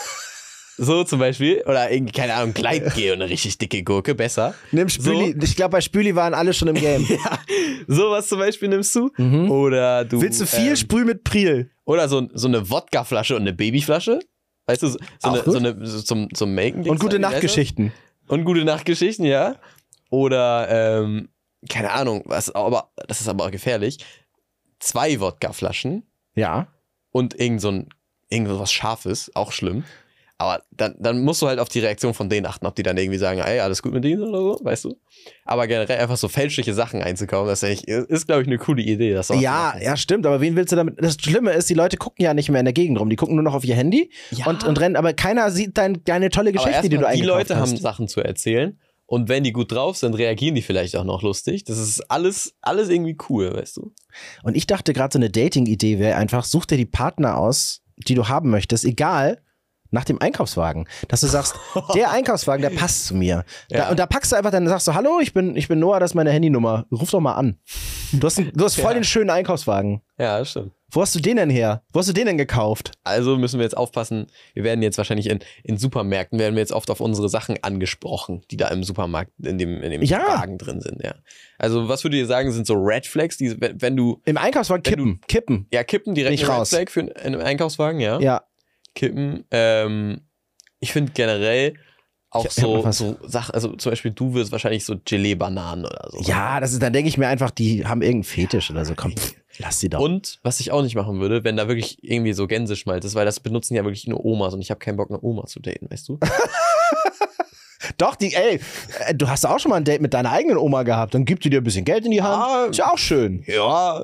S2: so zum Beispiel. Oder irgendwie, keine Ahnung, Gleitgel und eine richtig dicke Gurke, besser.
S1: Nimm
S2: Spüli.
S1: Spüli. Ich glaube, bei Spüli waren alle schon im Game.
S2: ja, sowas zum Beispiel nimmst du.
S1: Mhm.
S2: Oder du.
S1: Willst du viel
S2: ähm,
S1: Sprüh mit Priel?
S2: Oder so, so eine Wodkaflasche und eine Babyflasche. Weißt du, so, so
S1: Auch
S2: eine,
S1: gut.
S2: so eine so zum, zum halt, Melken.
S1: Und gute Nachtgeschichten.
S2: Und gute Nachtgeschichten, ja. Oder, ähm, keine Ahnung, was, aber das ist aber auch gefährlich. Zwei Wodkaflaschen
S1: Ja.
S2: und irgend so ein, irgend so was Scharfes, auch schlimm. Aber dann, dann musst du halt auf die Reaktion von denen achten, ob die dann irgendwie sagen, ey, alles gut mit denen oder so, weißt du? Aber generell einfach so fälschliche Sachen einzukaufen, das ist, echt- ist glaube ich, eine coole Idee. Das auch zu
S1: Ja,
S2: machen.
S1: ja, stimmt. Aber wen willst du damit? Das Schlimme ist, die Leute gucken ja nicht mehr in der Gegend rum. Die gucken nur noch auf ihr Handy
S2: ja.
S1: und, und rennen. Aber keiner sieht dein, deine tolle
S2: Aber
S1: Geschichte, die du
S2: erstmal,
S1: eingekauft
S2: Leute
S1: hast.
S2: haben Sachen zu erzählen und wenn die gut drauf sind, reagieren die vielleicht auch noch lustig. Das ist alles, alles irgendwie cool, weißt du?
S1: Und ich dachte gerade, so eine Dating-Idee wäre einfach, such dir die Partner aus, die du haben möchtest, egal, nach dem Einkaufswagen. Dass du sagst, der Einkaufswagen, der passt zu mir. Da,
S2: Ja.
S1: und da packst du einfach dann, sagst du, hallo, ich bin, ich bin Noah, das ist meine Handynummer. Ruf doch mal an. Du hast, einen- du hast voll
S2: Ja.
S1: den schönen Einkaufswagen.
S2: Ja, stimmt.
S1: Wo hast du den denn her? Wo hast du den denn gekauft?
S2: Also müssen wir jetzt aufpassen. Wir werden jetzt wahrscheinlich in, in Supermärkten werden wir jetzt oft auf unsere Sachen angesprochen, die da im Supermarkt in dem, in dem
S1: Ja.
S2: Wagen drin sind. Ja. Also was würde ihr sagen, sind so Red Flags, die wenn, wenn du
S1: Im Einkaufswagen
S2: Wenn du-
S1: kippen. Kippen.
S2: ja kippen direkt
S1: Nicht
S2: eine
S1: raus.
S2: Red Flag für einen Einkaufswagen, ja.
S1: Ja.
S2: Kippen. Ähm, ich finde generell auch
S1: Ich- ich hab noch
S2: so,
S1: was.
S2: so Sachen, also zum Beispiel du wirst wahrscheinlich so Gelee-Bananen oder so.
S1: Ja, das ist, dann denke ich mir einfach, die haben irgendeinen Fetisch oder so. Komm, pff, lass sie doch.
S2: Und was ich auch nicht machen würde, wenn da wirklich irgendwie so Gänseschmalz ist, weil das benutzen ja wirklich nur Omas und ich habe keinen Bock, eine Oma zu daten, weißt du?
S1: Doch, die, ey, äh, du hast auch schon mal ein Date mit deiner eigenen Oma gehabt. Dann gibt die dir ein bisschen Geld in die Hand.
S2: Ja.
S1: Ist ja auch schön.
S2: Ja,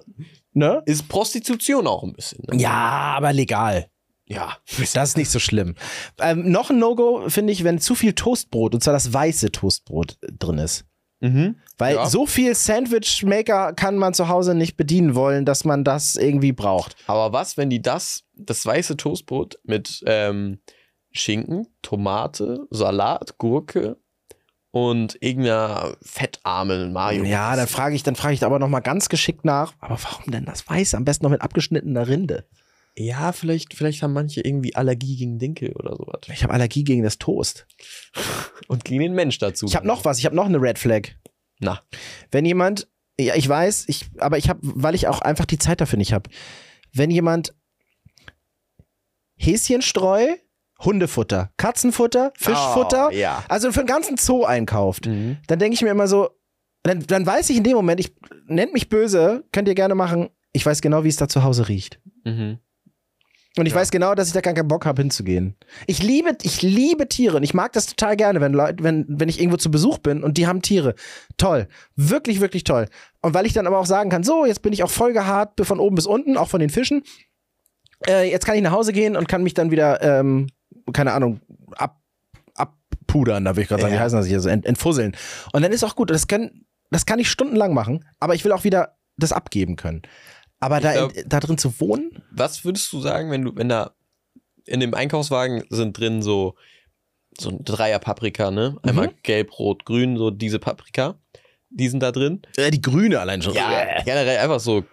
S1: Ne?
S2: ist Prostitution auch ein bisschen. Ne?
S1: Ja, aber legal.
S2: Ja.
S1: Das ist nicht so schlimm. Ähm, noch ein No-Go finde ich, wenn zu viel Toastbrot, und zwar das weiße Toastbrot äh, drin ist.
S2: Mhm.
S1: Weil
S2: Ja.
S1: so viel Sandwich-Maker kann man zu Hause nicht bedienen wollen, dass man das irgendwie braucht.
S2: Aber was, wenn die das, das weiße Toastbrot mit ähm, Schinken, Tomate, Salat, Gurke und irgendeiner fettarmen Mayo.
S1: Ja, dann frage ich, dann frage ich da aber nochmal ganz geschickt nach, aber warum denn das Weiße? Am besten noch mit abgeschnittener Rinde.
S2: ja vielleicht, vielleicht haben manche irgendwie Allergie gegen Dinkel oder sowas.
S1: Ich habe Allergie gegen das Toast.
S2: Und gegen den Mensch dazu.
S1: Ich habe noch was, ich habe noch eine Red Flag.
S2: Na.
S1: wenn jemand, ja, ich weiß, ich, aber ich habe, weil ich auch einfach die Zeit dafür nicht habe, wenn jemand Häschenstreu, Hundefutter, Katzenfutter, Fischfutter,
S2: Oh, ja.
S1: also für den ganzen Zoo einkauft,
S2: Mhm.
S1: dann denke ich mir immer so, dann, dann weiß ich in dem Moment, ich nennt mich böse, könnt ihr gerne machen, ich weiß genau, wie es da zu Hause riecht.
S2: Mhm.
S1: Und ich
S2: Ja.
S1: weiß genau, dass ich da gar keinen Bock habe, hinzugehen. Ich liebe, ich liebe Tiere und ich mag das total gerne, wenn Leute, wenn, wenn ich irgendwo zu Besuch bin und die haben Tiere. Toll. Wirklich, wirklich toll. Und weil ich dann aber auch sagen kann, so, jetzt bin ich auch vollgehaart von oben bis unten, auch von den Fischen. Äh, jetzt kann ich nach Hause gehen und kann mich dann wieder, ähm, keine Ahnung, ab, abpudern, da würde ich gerade sagen,
S2: Ja.
S1: wie heißen das hier so, ent, entfusseln. Und dann ist auch gut. Das kann, das kann ich stundenlang machen, aber ich will auch wieder das abgeben können. Aber da,
S2: glaub-
S1: da drin zu wohnen?
S2: Was würdest du sagen, wenn du, wenn da in dem Einkaufswagen sind drin so, so ein Dreier Paprika, ne? Einmal
S1: Mhm.
S2: gelb, rot, grün, so diese Paprika. Die sind da drin.
S1: Äh, die Grüne allein schon.
S2: Ja, Äh. generell einfach so,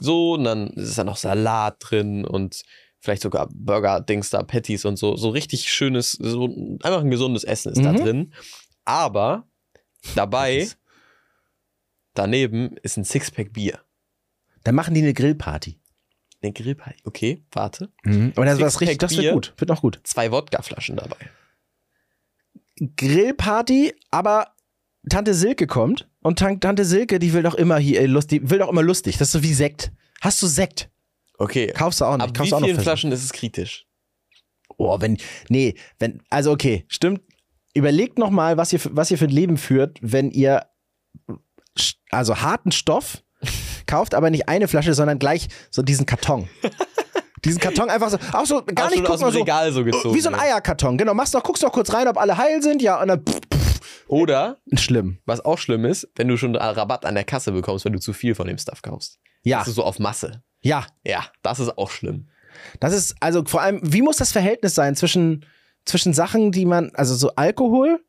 S2: so und dann ist da noch Salat drin und vielleicht sogar Burger-Dings da, Patties und so. So richtig schönes, so einfach ein gesundes Essen ist da
S1: Mhm.
S2: drin. Aber dabei,
S1: Patties.
S2: daneben ist ein Sixpack Bier.
S1: Dann machen die eine Grillparty.
S2: Eine Grillparty. Okay, warte.
S1: Und das, das,
S2: Sixpack
S1: richtig, das wird
S2: Bier.
S1: gut. Wird noch gut.
S2: Zwei Wodkaflaschen dabei.
S1: Grillparty, aber Tante Silke kommt und Tan- Tante Silke, die will doch immer hier äh, lust, die will doch immer lustig. Das ist so wie Sekt. Hast du Sekt?
S2: Okay.
S1: Kaufst du auch nicht.
S2: Ab
S1: Kaufst du
S2: wie
S1: auch noch
S2: vielen
S1: Flaschen?
S2: Flaschen ist es kritisch?
S1: Oh, wenn nee, wenn also okay, stimmt. Überlegt noch mal, was ihr für- was ihr für ein Leben führt, wenn ihr sch- also harten Stoff kauft, aber nicht eine Flasche, sondern gleich so diesen Karton. diesen Karton einfach so, auch so gar
S2: Auch
S1: nicht
S2: schon aus
S1: gucken,
S2: dem
S1: mal so,
S2: Regal so ne. gezogen.
S1: Wie so ein
S2: ja.
S1: Eierkarton, genau. Machst doch, guckst doch kurz rein, ob alle heil sind, ja, und dann pff,
S2: Oder,
S1: schlimm.
S2: was auch schlimm ist, wenn du schon Rabatt an der Kasse bekommst, wenn du zu viel von dem Stuff kaufst.
S1: Ja,
S2: Das ist so auf Masse.
S1: ja.
S2: Ja, das ist auch schlimm.
S1: Das ist, also vor allem, wie muss das Verhältnis sein zwischen, zwischen Sachen, die man, also so Alkohol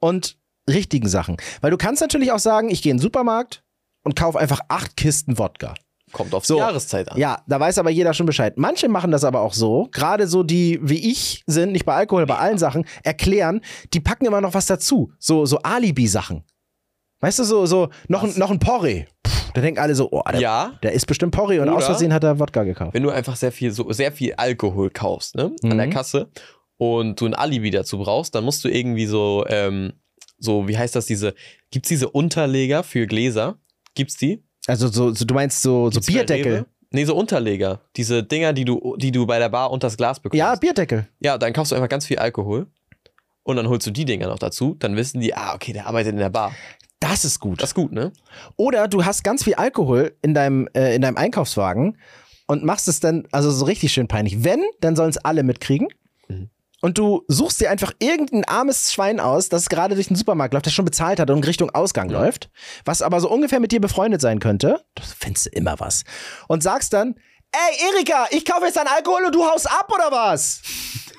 S1: und richtigen Sachen? Weil du kannst natürlich auch sagen, ich gehe in den Supermarkt und kaufe einfach acht Kisten Wodka.
S2: Kommt auf
S1: So.
S2: die Jahreszeit an.
S1: Ja, da weiß aber jeder schon Bescheid. Manche machen das aber auch so, gerade so die, wie ich sind, nicht bei Alkohol, bei allen Sachen, erklären, die packen immer noch was dazu. So, so Alibi-Sachen. Weißt du, so, so noch, ein,
S2: Was?
S1: noch ein Porree. Puh, da denken alle so, oh, der,
S2: Ja,
S1: der ist bestimmt Porree und
S2: Oder-
S1: aus Versehen hat er Wodka gekauft.
S2: wenn du einfach sehr viel, so, sehr viel Alkohol kaufst, ne? An
S1: Mhm.
S2: der Kasse und du ein Alibi dazu brauchst, dann musst du irgendwie so, ähm, so, wie heißt das, diese, gibt's diese Unterleger für Gläser? Gibt's die?
S1: Also, so, so, du meinst so, so
S2: Gibt's bei
S1: Bierdeckel.
S2: Rewe? Nee, so Unterleger. Diese Dinger, die du, die du bei der Bar unters Glas bekommst.
S1: Ja, Bierdeckel.
S2: Ja, dann kaufst du einfach ganz viel Alkohol und dann holst du die Dinger noch dazu. Dann wissen die, ah, okay, der arbeitet in der Bar.
S1: Das ist gut.
S2: Das ist gut, ne?
S1: Oder du hast ganz viel Alkohol in deinem, äh, in deinem Einkaufswagen und machst es dann, also so richtig schön peinlich. Wenn, dann sollen es alle mitkriegen.
S2: Mhm.
S1: Und du suchst dir einfach irgendein armes Schwein aus, das gerade durch den Supermarkt läuft, das schon bezahlt hat und Richtung Ausgang
S2: Ja.
S1: läuft, was aber so ungefähr mit dir befreundet sein könnte. Das findest du immer was. Und sagst dann, ey Erika, ich kaufe jetzt deinen Alkohol und du haust ab oder was?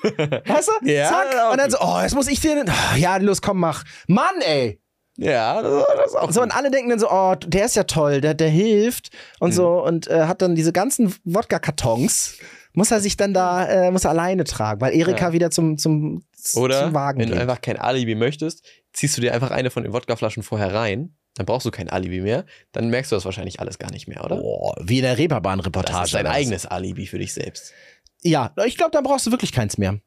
S1: weißt du?
S2: Ja,
S1: Zack.
S2: auch
S1: Und dann so, oh, jetzt muss ich dir, oh, ja, los, komm, mach. Mann, ey.
S2: Ja, das, das ist auch
S1: Und so, und alle denken dann so, oh, der ist ja toll, der, der hilft
S2: Mhm.
S1: und so und äh, hat dann diese ganzen Wodka-Kartons, muss er sich dann da, äh, muss er alleine tragen, weil Erika
S2: Ja.
S1: wieder zum, zum, z-
S2: Oder
S1: zum Wagen
S2: wenn
S1: geht.
S2: du einfach kein Alibi möchtest, ziehst du dir einfach eine von den Wodkaflaschen vorher rein. Dann brauchst du kein Alibi mehr. Dann merkst du das wahrscheinlich alles gar nicht mehr, oder?
S1: Boah, wie in der Reeperbahn-Reportage.
S2: das ist dein
S1: oder was?
S2: eigenes Alibi für dich selbst.
S1: Ja, ich glaube, dann brauchst du wirklich keins mehr.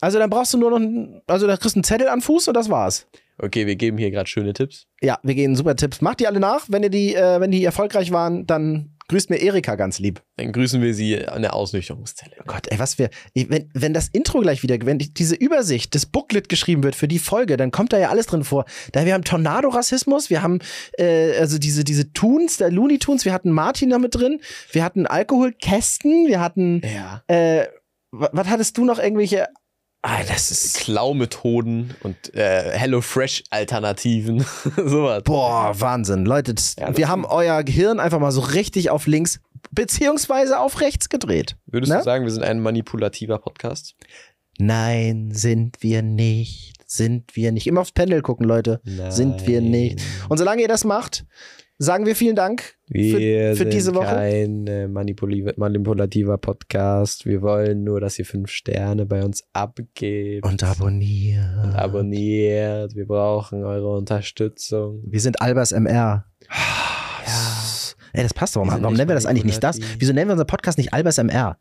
S1: Also dann brauchst du nur noch, ein- also da kriegst du einen Zettel an Fuß und das war's.
S2: Okay, wir geben hier gerade schöne Tipps.
S1: Ja, wir gehen super Tipps. Macht die alle nach, wenn ihr die, äh, wenn die erfolgreich waren, dann Grüßt mir Erika ganz lieb.
S2: Dann grüßen wir sie an der Ausnüchterungszelle.
S1: Oh Gott, ey, was wir. ey, Wenn, wenn das Intro gleich wieder, wenn die- diese Übersicht, das Booklet geschrieben wird für die Folge, dann kommt da ja alles drin vor. Da wir haben Tornado-Rassismus, wir haben äh, also diese, diese Toons, der Looney Tunes, wir hatten Martin da mit drin, wir hatten Alkoholkästen, wir hatten.
S2: Ja.
S1: Äh, wa- was hattest du noch irgendwelche. Ah, das ist.
S2: Klaumethoden und äh, HelloFresh-Alternativen. Sowas.
S1: Boah, Wahnsinn. Leute, das,
S2: Ja, das
S1: wir haben euer Gehirn einfach mal so richtig auf links beziehungsweise auf rechts gedreht.
S2: Würdest
S1: ne?
S2: du sagen, wir sind ein manipulativer Podcast?
S1: Nein, sind wir nicht. Sind wir nicht. Immer aufs Pendel gucken, Leute. Sind wir nicht. Und solange ihr das macht, sagen wir vielen Dank.
S2: Wir
S1: für
S2: sind
S1: diese Woche?
S2: kein äh, manipuli- manipulativer Podcast. Wir wollen nur, dass ihr fünf Sterne bei uns abgebt.
S1: Und abonnieren.
S2: und abonniert. Wir brauchen eure Unterstützung.
S1: Wir sind Albers MR. Ey, das passt doch.
S2: Wir
S1: Warum,
S2: sind
S1: warum
S2: nicht
S1: nennen wir das eigentlich nicht das?
S2: manipulativ.
S1: Wieso nennen wir unseren Podcast nicht Albers MR?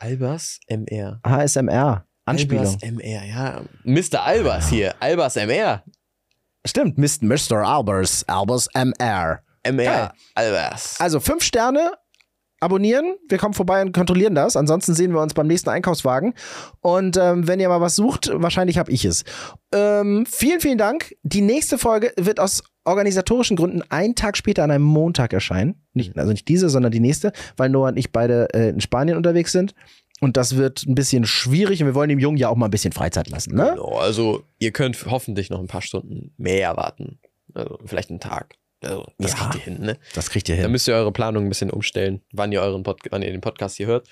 S2: Albers MR.
S1: ASMR. Anspielung.
S2: Albers MR, ja. Mr. Albers
S1: Genau.
S2: hier. Albers MR.
S1: Stimmt, Mist- Mr. Albers. Albers MR.
S2: MR.
S1: Geil.
S2: Albers.
S1: Also fünf Sterne, abonnieren. Wir kommen vorbei und kontrollieren das. Ansonsten sehen wir uns beim nächsten Einkaufswagen. Und ähm, wenn ihr mal was sucht, wahrscheinlich habe ich es. Ähm, vielen, vielen Dank. Die nächste Folge wird aus organisatorischen Gründen einen Tag später an einem Montag erscheinen. Nicht, also nicht diese, sondern die nächste, weil Noah und ich beide äh, in Spanien unterwegs sind. Und das wird ein bisschen schwierig und wir wollen dem Jungen ja auch mal ein bisschen Freizeit lassen, ne?
S2: Genau, also ihr könnt hoffentlich noch ein paar Stunden mehr warten. Also vielleicht einen Tag. Also, das
S1: Ja.
S2: kriegt ihr hin, ne?
S1: Das kriegt ihr
S2: Dann müsst ihr eure Planung ein bisschen umstellen, wann ihr, euren Pod wann ihr den Podcast hier hört.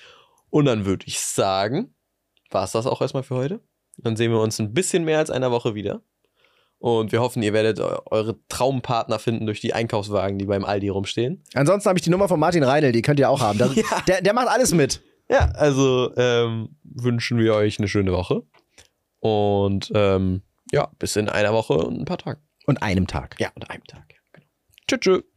S2: Und dann würde ich sagen, war es das auch erstmal für heute. Dann sehen wir uns ein bisschen mehr als einer Woche wieder. Und wir hoffen, ihr werdet eu eure Traumpartner finden durch die Einkaufswagen, die beim Aldi rumstehen.
S1: Ansonsten habe ich die Nummer von Martin Reinl, die könnt ihr auch haben. Der,
S2: Ja.
S1: der, der macht alles mit.
S2: Ja, also ähm, wünschen wir euch eine schöne Woche. Und ähm, ja, bis in einer Woche und ein paar Tagen.
S1: Und einem Tag.
S2: Ja, und einem Tag. Genau. Tschüss, tschüss.